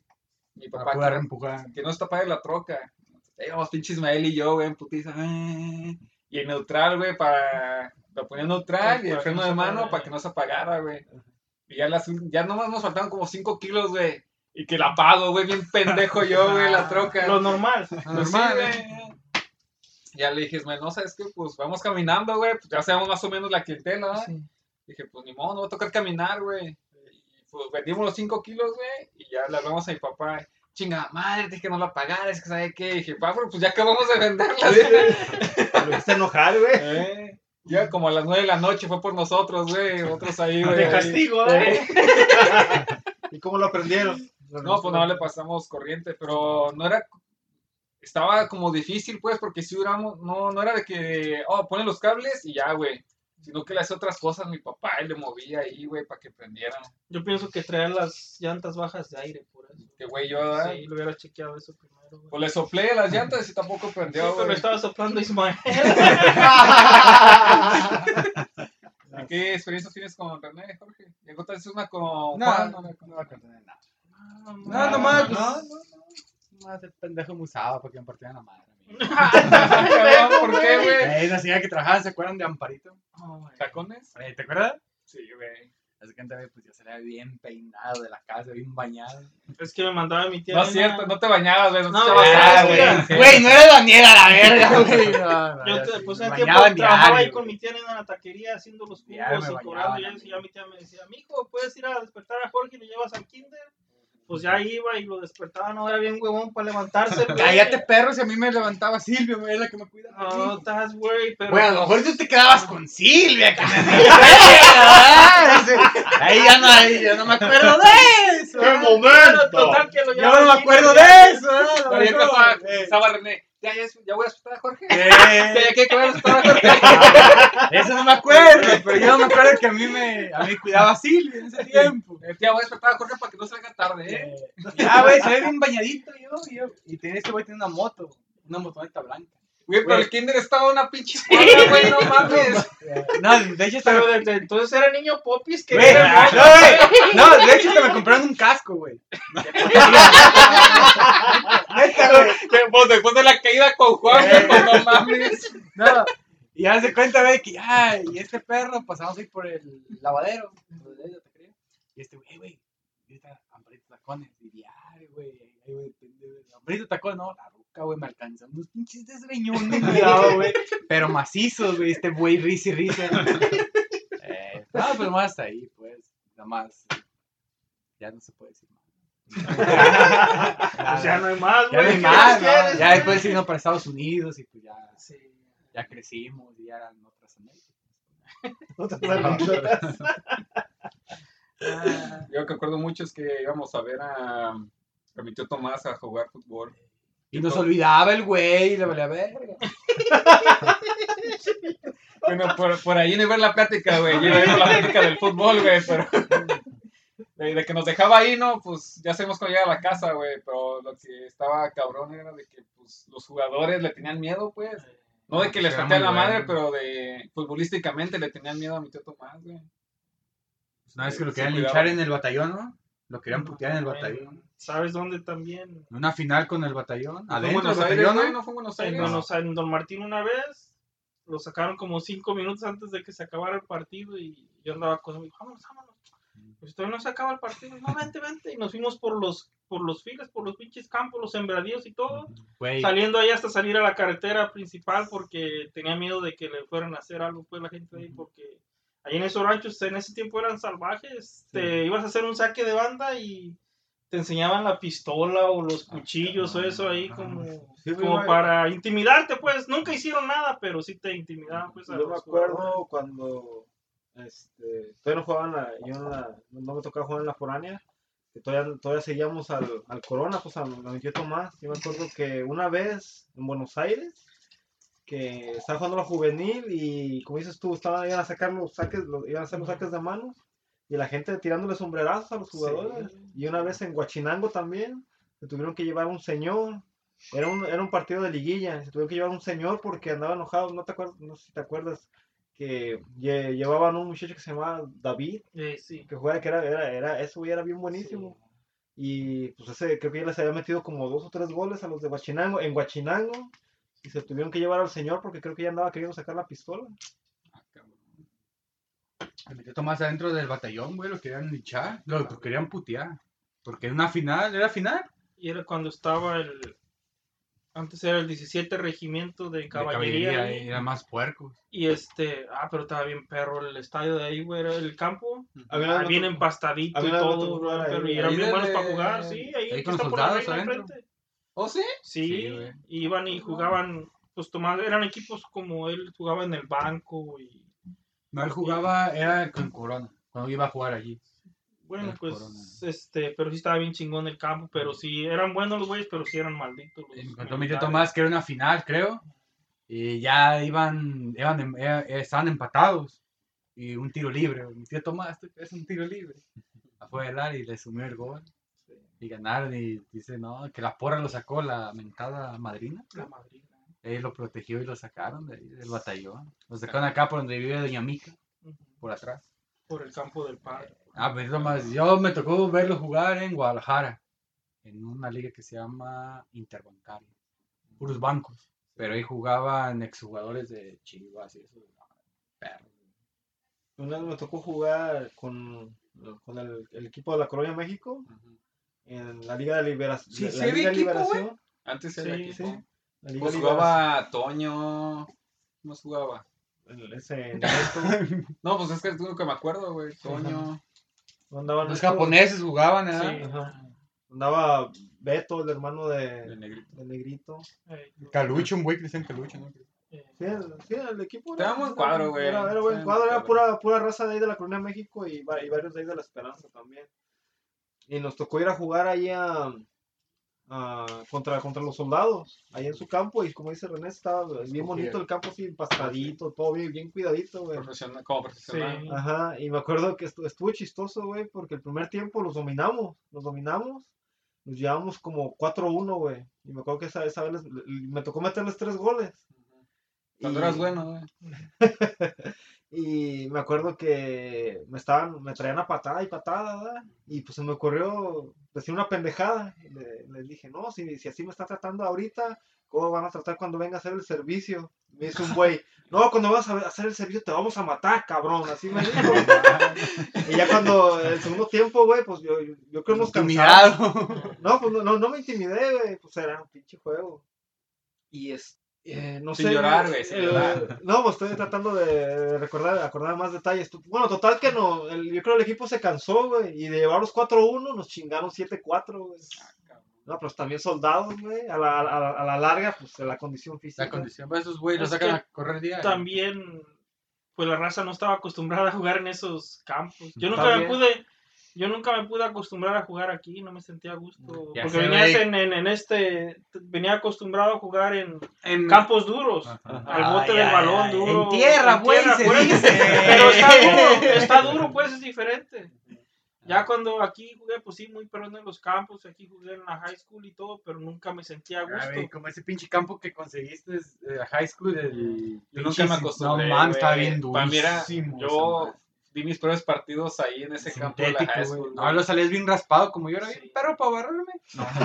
Speaker 2: Mi
Speaker 5: Para
Speaker 2: papá,
Speaker 5: poder
Speaker 2: que-
Speaker 5: empujar.
Speaker 2: que no se te apague la troca. Ahí vamos, pinche Ismael y yo, güey, en putiza. eh, Y el neutral, güey, para. Lo ponía en neutral y el
Speaker 7: Para que
Speaker 2: freno
Speaker 7: no
Speaker 2: de
Speaker 7: se
Speaker 2: mano
Speaker 7: apagara.
Speaker 2: para que no se apagara, güey. Y ya, las, ya nomás nos faltaban como 5 kilos, güey. Y que la apago, güey, bien pendejo yo, güey,
Speaker 7: Ah,
Speaker 2: la troca.
Speaker 7: Lo normal. ¿eh?
Speaker 2: Pues sí, güey. Ya le dije, Ismael, no sabes qué, pues vamos caminando, güey. Pues ya sabemos más o menos la clientela, ¿verdad? Dije, pues ni modo, no va a tocar caminar, güey. Y pues vendimos los 5 kilos, güey, y ya le hablamos a mi papá. Chinga madre, dije que no la pagara, es que sabe qué. Dije, papá, pero pues ya acabamos de venderlas.
Speaker 4: Lo hiciste enojar, güey.
Speaker 2: Eh, Ya como a las 9 de la noche fue por nosotros, güey, otros ahí, güey.
Speaker 7: De castigo, ¿eh?
Speaker 4: ¿Y cómo lo aprendieron?
Speaker 2: No, pues nada, le pasamos corriente, pero no era. Estaba como difícil, pues, porque si duramos, no, no era de que, oh, ponen los cables y ya, güey. sino que le hacía otras cosas. Mi papá él le movía ahí, güey, para que prendieran.
Speaker 7: Yo pienso que traer las llantas bajas de aire, por eso.
Speaker 2: Que güey, yo, ¿verdad?
Speaker 7: Sí, lo hubiera chequeado eso primero, güey.
Speaker 2: Pues le soplé las llantas y tampoco
Speaker 7: Sí,
Speaker 2: prendió,
Speaker 7: pero
Speaker 2: güey.
Speaker 7: estaba soplando Ismael.
Speaker 2: ¿Y ¿Qué experiencias tienes con René, Jorge? ¿Ya contaste una con
Speaker 5: No,
Speaker 2: Juan?
Speaker 5: no, no va a contar nada.
Speaker 6: No,
Speaker 5: No,
Speaker 6: nomás,
Speaker 5: nomás. No,
Speaker 6: pues-
Speaker 5: no, no. Más el pendejo me usaba porque me partía la madre. amigo.
Speaker 2: Cabrón, ¿Por qué, güey?
Speaker 5: Eh, la señora que trabajaba, ¿se acuerdan de Amparito?
Speaker 2: ¿Tacones?
Speaker 5: Eh, ¿Te acuerdas?
Speaker 2: Sí, güey.
Speaker 5: Así que antes, pues yo salía bien peinado de la casa, bien bañado.
Speaker 7: Es que me mandaba mi tía.
Speaker 2: No es
Speaker 7: Elena.
Speaker 2: cierto, no te bañabas, güey. No,
Speaker 7: No,
Speaker 2: te echabas
Speaker 7: güey,
Speaker 2: agua,
Speaker 7: güey.
Speaker 2: sí.
Speaker 5: no era Daniela la verga, güey. No, no,
Speaker 7: Yo
Speaker 5: ya
Speaker 7: te,
Speaker 5: sí,
Speaker 7: pues
Speaker 5: me
Speaker 7: en tiempo
Speaker 5: bañaba
Speaker 7: trabajaba ahí
Speaker 5: diario,
Speaker 7: con
Speaker 5: güey.
Speaker 7: mi tía en la taquería haciendo los
Speaker 5: Ya me
Speaker 7: jugos y
Speaker 5: bañaban
Speaker 7: cobrando y
Speaker 5: a
Speaker 7: eso.
Speaker 5: mí.
Speaker 7: Y ya mi tía me decía, mijo, ¿puedes ir a despertar a Jorge y lo llevas al kinder? Pues ya iba y lo despertaba, no era bien huevón para levantarse. güey.
Speaker 2: Este
Speaker 5: Cállate, perro, si a mí me levantaba Silvia, güey, es la que me cuidaba.
Speaker 7: No, estás, güey, pero.
Speaker 5: Bueno, a lo mejor tú te quedabas con Silvia, que me Ahí ya no, ahí ya no me acuerdo de eso.
Speaker 7: Pero total que
Speaker 5: Yo
Speaker 7: lo llevaba
Speaker 5: no me
Speaker 7: al kinder,
Speaker 5: acuerdo
Speaker 7: ya-
Speaker 5: de eso. ¿eh? A lo
Speaker 2: Pero ya
Speaker 5: mejor,
Speaker 2: estaba,
Speaker 5: eh,
Speaker 2: estaba René. Ya, ya, ya voy a asustar a Jorge.
Speaker 5: eh,
Speaker 2: Ya, ¿qué? que voy a asustar a Jorge.
Speaker 5: Eso no me acuerdo, pero yo me acuerdo que a mí me a mí cuidaba Silvia en ese tiempo.
Speaker 2: Eh, Tía, voy a despertar a Jorge para que no salga tarde, ¿eh?
Speaker 5: Ya, güey, se ve bien bañadito yo, yo. Y tenía este güey, tiene una moto, una motoneta blanca.
Speaker 2: Güey, pero
Speaker 5: Güey.
Speaker 2: el kinder estaba una pinche cuadra, güey, no mames.
Speaker 5: No, de hecho, hasta
Speaker 7: Pero desde entonces era niño popis que.
Speaker 5: Güey,
Speaker 7: era-
Speaker 5: no, güey. No, de hecho, hasta me compraron un casco, güey. Neta, güey.
Speaker 2: Después, pues, después de la caída con Juan,
Speaker 5: Eh.
Speaker 2: güey, no mames.
Speaker 5: No. Y ya se cuenta, güey, que ya, y este perro, pasamos ahí por el lavadero. por el de ellos, te creo. Y este, güey, güey, grita, Amparito Tacones. Y diario, güey, ahí, güey, depende, güey. Amparito Tacones, no, la ruca, güey, me alcanzó unos pinches desgreñones, cuidado, güey. Pero macizos, güey, este güey, risa y risa. Eh, no, pero más hasta ahí, pues, nada más. Ya no se puede decir más.
Speaker 7: Pues ya no hay más,
Speaker 5: Ah, Ya
Speaker 7: güey.
Speaker 5: no hay
Speaker 7: ¿qué
Speaker 5: más,
Speaker 7: más
Speaker 5: ¿no?
Speaker 7: quieres,
Speaker 5: Ya
Speaker 7: güey?
Speaker 5: después se vino para Estados Unidos y pues ya,
Speaker 7: Sí.
Speaker 5: ya crecimos y ya eran otras anécdotas.
Speaker 4: Otras anécdotas.
Speaker 7: Ah,
Speaker 2: Yo que acuerdo mucho es que íbamos a ver a, a mi tío Tomás a jugar fútbol.
Speaker 5: Y pues nos olvidaba el güey, y le valía verga.
Speaker 2: Bueno, por, por ahí no iba a ir la plática, güey. Yo iba a ir por la plática del fútbol, güey, pero. De, de que nos dejaba ahí, ¿no? Pues ya sabemos cuando llega a la casa, güey. Pero lo que estaba cabrón era de que pues, los jugadores le tenían miedo, pues. No de que les
Speaker 6: Era
Speaker 2: faltara
Speaker 6: muy
Speaker 2: la madre, pero
Speaker 6: bueno.
Speaker 2: de futbolísticamente le tenían miedo a mi tío Tomás, güey.
Speaker 5: Una vez que lo
Speaker 2: Sí,
Speaker 5: querían
Speaker 2: cuidado.
Speaker 5: linchar en el batallón, ¿no? Lo querían putear en el
Speaker 7: bueno,
Speaker 5: batallón.
Speaker 7: ¿Sabes dónde también?
Speaker 5: En una final con el batallón.
Speaker 2: ¿Fue en
Speaker 5: Adentro del
Speaker 2: Buenos Aires,
Speaker 5: batallón,
Speaker 2: güey?
Speaker 5: ¿no?
Speaker 2: ¿No fue en Buenos
Speaker 7: En,
Speaker 2: Aires?
Speaker 7: Buenos Aires, en Don Martín una vez lo sacaron como cinco minutos antes de que se acabara el partido y yo andaba con él, vámonos, vámonos.
Speaker 2: Mm.
Speaker 7: Pues todavía no se acaba el partido, no, vente, vente. Y nos fuimos por los, por los filas, por los pinches campos, los sembradíos y todo.
Speaker 5: Güey,
Speaker 7: Saliendo ahí hasta salir a la carretera principal porque tenía miedo de que le fueran a hacer algo pues la gente ahí porque ahí en esos ranchos en ese tiempo eran salvajes. Te ibas a hacer un saque de banda y te enseñaban la pistola o los
Speaker 4: Ah,
Speaker 7: cuchillos o eso ahí como,
Speaker 4: Sí,
Speaker 7: como
Speaker 4: güey.
Speaker 7: para intimidarte pues. Nunca hicieron nada pero sí te intimidaban pues. a
Speaker 4: Yo me
Speaker 7: los
Speaker 4: acuerdo cuando este, todavía no jugaban, la, yo en la- no me tocaba jugar en la foránea, que todavía, todavía seguíamos al, al Corona, pues a mi tío Tomás. Yo me acuerdo que una vez en Buenos Aires, que estaba jugando la juvenil y como dices tú, estaban, iban a sacar los saques, los- iban a hacer los saques de manos y la gente tirándole sombrerazos a los jugadores. Y una vez en Huachinango también, se tuvieron que llevar un señor. Era un, era un partido de liguilla, se tuvieron que llevar un señor porque andaba enojado, no te acuerdas, no sé si te acuerdas, que lle- llevaban un muchacho que se llamaba David,
Speaker 7: Eh, sí.
Speaker 4: que jugaba, que era, era, era, ese güey era bien buenísimo. Y pues ese, creo que ya les había metido como dos o tres goles a los de Huachinango, en Huachinango, y se tuvieron que llevar al señor porque creo que ya andaba queriendo sacar la pistola.
Speaker 5: se metió Tomás adentro del batallón, güey, lo querían linchar. Lo, lo querían putear. Porque era una final, ¿era final?
Speaker 7: Y era cuando estaba el... Antes era el 17 regimiento de caballería.
Speaker 5: De
Speaker 7: ahí.
Speaker 5: eh, era más puerco.
Speaker 7: Y este, ah, pero estaba bien perro el estadio de ahí, güey, era el campo.
Speaker 4: A mí
Speaker 7: ah,
Speaker 4: nada más me
Speaker 7: bien
Speaker 4: tocó-
Speaker 7: empastadito
Speaker 4: a mí
Speaker 7: y
Speaker 4: nada más me
Speaker 7: todo,
Speaker 4: tocó jugar
Speaker 7: güey, pero
Speaker 4: ahí.
Speaker 7: y eran
Speaker 2: Ahí
Speaker 7: bien
Speaker 2: de-
Speaker 7: buenos para jugar, sí, ahí,
Speaker 5: ahí
Speaker 7: que
Speaker 5: con los
Speaker 7: está por la
Speaker 5: soldados
Speaker 7: reina
Speaker 5: adentro.
Speaker 7: enfrente.
Speaker 2: ¿Oh, sí?
Speaker 7: Sí,
Speaker 5: Sí, güey.
Speaker 7: iban y jugaban, pues tomaban, eran equipos como él jugaba en el banco y
Speaker 5: No, él jugaba, era con Corona, cuando iba a jugar allí.
Speaker 7: bueno,
Speaker 5: El
Speaker 7: pues
Speaker 5: Corona.
Speaker 7: este, pero sí estaba bien chingón el campo, pero sí eran buenos los güeyes, pero sí eran malditos los
Speaker 5: Eh, Me contó mi tío
Speaker 7: militares.
Speaker 5: Tomás que era una final, creo. Y ya iban, iban em- eh, eh, estaban empatados. y un tiro libre. güey. Mi tío Tomás, ¿tú crees? Un tiro libre. Afuera del área y le sumió el gol. Y ganaron y dice, no, que la porra lo sacó la mentada madrina.
Speaker 7: La Madrid. ¿no?
Speaker 5: Él lo protegió y lo sacaron de ahí, del batallón. Lo sacaron acá por donde vive Doña Mica,
Speaker 7: Ujú.
Speaker 5: por atrás.
Speaker 7: Por el campo del padre.
Speaker 5: A ver, nomás, pues, yo me tocó verlo jugar en Guadalajara, en una liga que se llama Interbancaria, puros bancos, pero ahí jugaban exjugadores de Chivas y eso, no, perro.
Speaker 4: Una vez me tocó jugar con, con el, el equipo de la Colombia México
Speaker 2: Ujú.
Speaker 4: en la Liga de Liberación.
Speaker 7: Sí,
Speaker 4: la,
Speaker 7: sí
Speaker 4: la
Speaker 7: había
Speaker 4: Liga
Speaker 7: equipo, güey.
Speaker 4: Liberación.
Speaker 2: Antes era
Speaker 7: Sí,
Speaker 2: equipo.
Speaker 4: sí. La Liga
Speaker 2: Pues jugaba Toño. ¿Cómo se jugaba?
Speaker 4: Liberación. Ese Neto.
Speaker 2: No, pues es que es lo que me acuerdo, güey. Toño.
Speaker 4: No andaba
Speaker 5: Los
Speaker 4: Neto,
Speaker 5: japoneses jugaban,
Speaker 7: Sí.
Speaker 5: ¿eh?
Speaker 4: ajá. Andaba Beto, el hermano de,
Speaker 2: El negrito.
Speaker 4: del Negrito.
Speaker 7: Eh, los-
Speaker 5: Calucho, un güey que le decían Calucho, ¿no?
Speaker 7: eh,
Speaker 4: Sí, el, sí, el equipo
Speaker 2: Estaba buen cuadro, güey.
Speaker 4: Era, era
Speaker 2: Estaba
Speaker 4: buen
Speaker 2: buen
Speaker 4: cuadro, era
Speaker 2: cuadro.
Speaker 4: pura, pura raza de ahí de la Colonia de México y, va- y varios de ahí de la Esperanza también. Y nos tocó ir a jugar ahí a, a- contra, contra los soldados, ahí en su campo. Y como dice René, estaba bien bonito el campo, así empastadito, todo bien, bien cuidadito, güey.
Speaker 2: Profesional, como profesional.
Speaker 7: eh, Sí.
Speaker 4: Ajá, y me acuerdo que estu- estuvo chistoso, güey, porque el primer tiempo los dominamos, los dominamos, nos llevamos como 4-1, güey. Y me acuerdo que esa, esa vez les- le- me tocó meterles tres goles.
Speaker 2: Cuando
Speaker 4: Y-
Speaker 2: eras bueno, güey.
Speaker 4: Y me acuerdo que me estaban, me traían a patada y patada, ¿verdad? Y pues se me ocurrió decir una pendejada. Y le- les dije, no, si, si así me están tratando ahorita, ¿cómo van a tratar cuando venga a hacer el servicio? Me dice un güey, no, cuando vas a hacer el servicio te vamos a matar, cabrón. Así me dijo. Y ya cuando el segundo tiempo, güey, pues yo, yo, yo creo que nos cansamos.
Speaker 5: Intimidado.
Speaker 4: No, pues no, no, no me intimidé, güey. Pues era un pinche juego. Y es. eh, no
Speaker 2: Sin
Speaker 4: sé.
Speaker 2: llorar, güey, sin
Speaker 4: eh,
Speaker 2: llorar.
Speaker 4: No, pues estoy tratando de recordar, de acordar más detalles. Tú- Bueno, total que no. el- yo creo que el equipo se cansó, güey. Y de llevar los 4-1, nos chingaron 7-4, güey.
Speaker 2: Ah,
Speaker 4: No, pero también soldados, güey. A la, a, la, a la larga, pues de la condición física.
Speaker 5: La condición para esos güeyes, lo
Speaker 7: Pues Es
Speaker 5: sacan
Speaker 7: que
Speaker 5: a correr día.
Speaker 7: También, pues la raza no estaba acostumbrada a jugar en esos campos. Yo nunca me
Speaker 4: También.
Speaker 7: pude, yo nunca me pude acostumbrar a jugar aquí, no me sentía a gusto.
Speaker 5: Ya
Speaker 7: porque
Speaker 5: sé,
Speaker 7: venías
Speaker 5: güey.
Speaker 7: en, en- en este, venía acostumbrado a jugar en
Speaker 5: En...
Speaker 7: campos duros. Al bote del balón duro.
Speaker 5: En tierra,
Speaker 7: en
Speaker 5: güey,
Speaker 7: tierra,
Speaker 5: se
Speaker 7: pues.
Speaker 5: dice.
Speaker 7: Pero está duro, está duro, pues es diferente. Ya cuando aquí jugué, pues sí, muy perdón en los campos, aquí jugué en la high school y todo, pero nunca me sentía a
Speaker 5: Ah, güey,
Speaker 7: gusto.
Speaker 5: como ese pinche campo que conseguiste eh, high school del
Speaker 2: Yo nunca me
Speaker 5: pinche-
Speaker 2: acostumbré.
Speaker 5: No mames, estaba
Speaker 2: güey.
Speaker 5: bien
Speaker 2: Pa' mí era-
Speaker 5: durísimo esa
Speaker 2: yo
Speaker 5: madre.
Speaker 2: vi mis primeros partidos ahí en ese campo de la
Speaker 5: Sintético,
Speaker 2: high
Speaker 5: güey.
Speaker 2: school.
Speaker 5: No,
Speaker 2: güey.
Speaker 5: lo salías bien raspado como yo era bien
Speaker 7: Sí.
Speaker 5: perro para barrerme.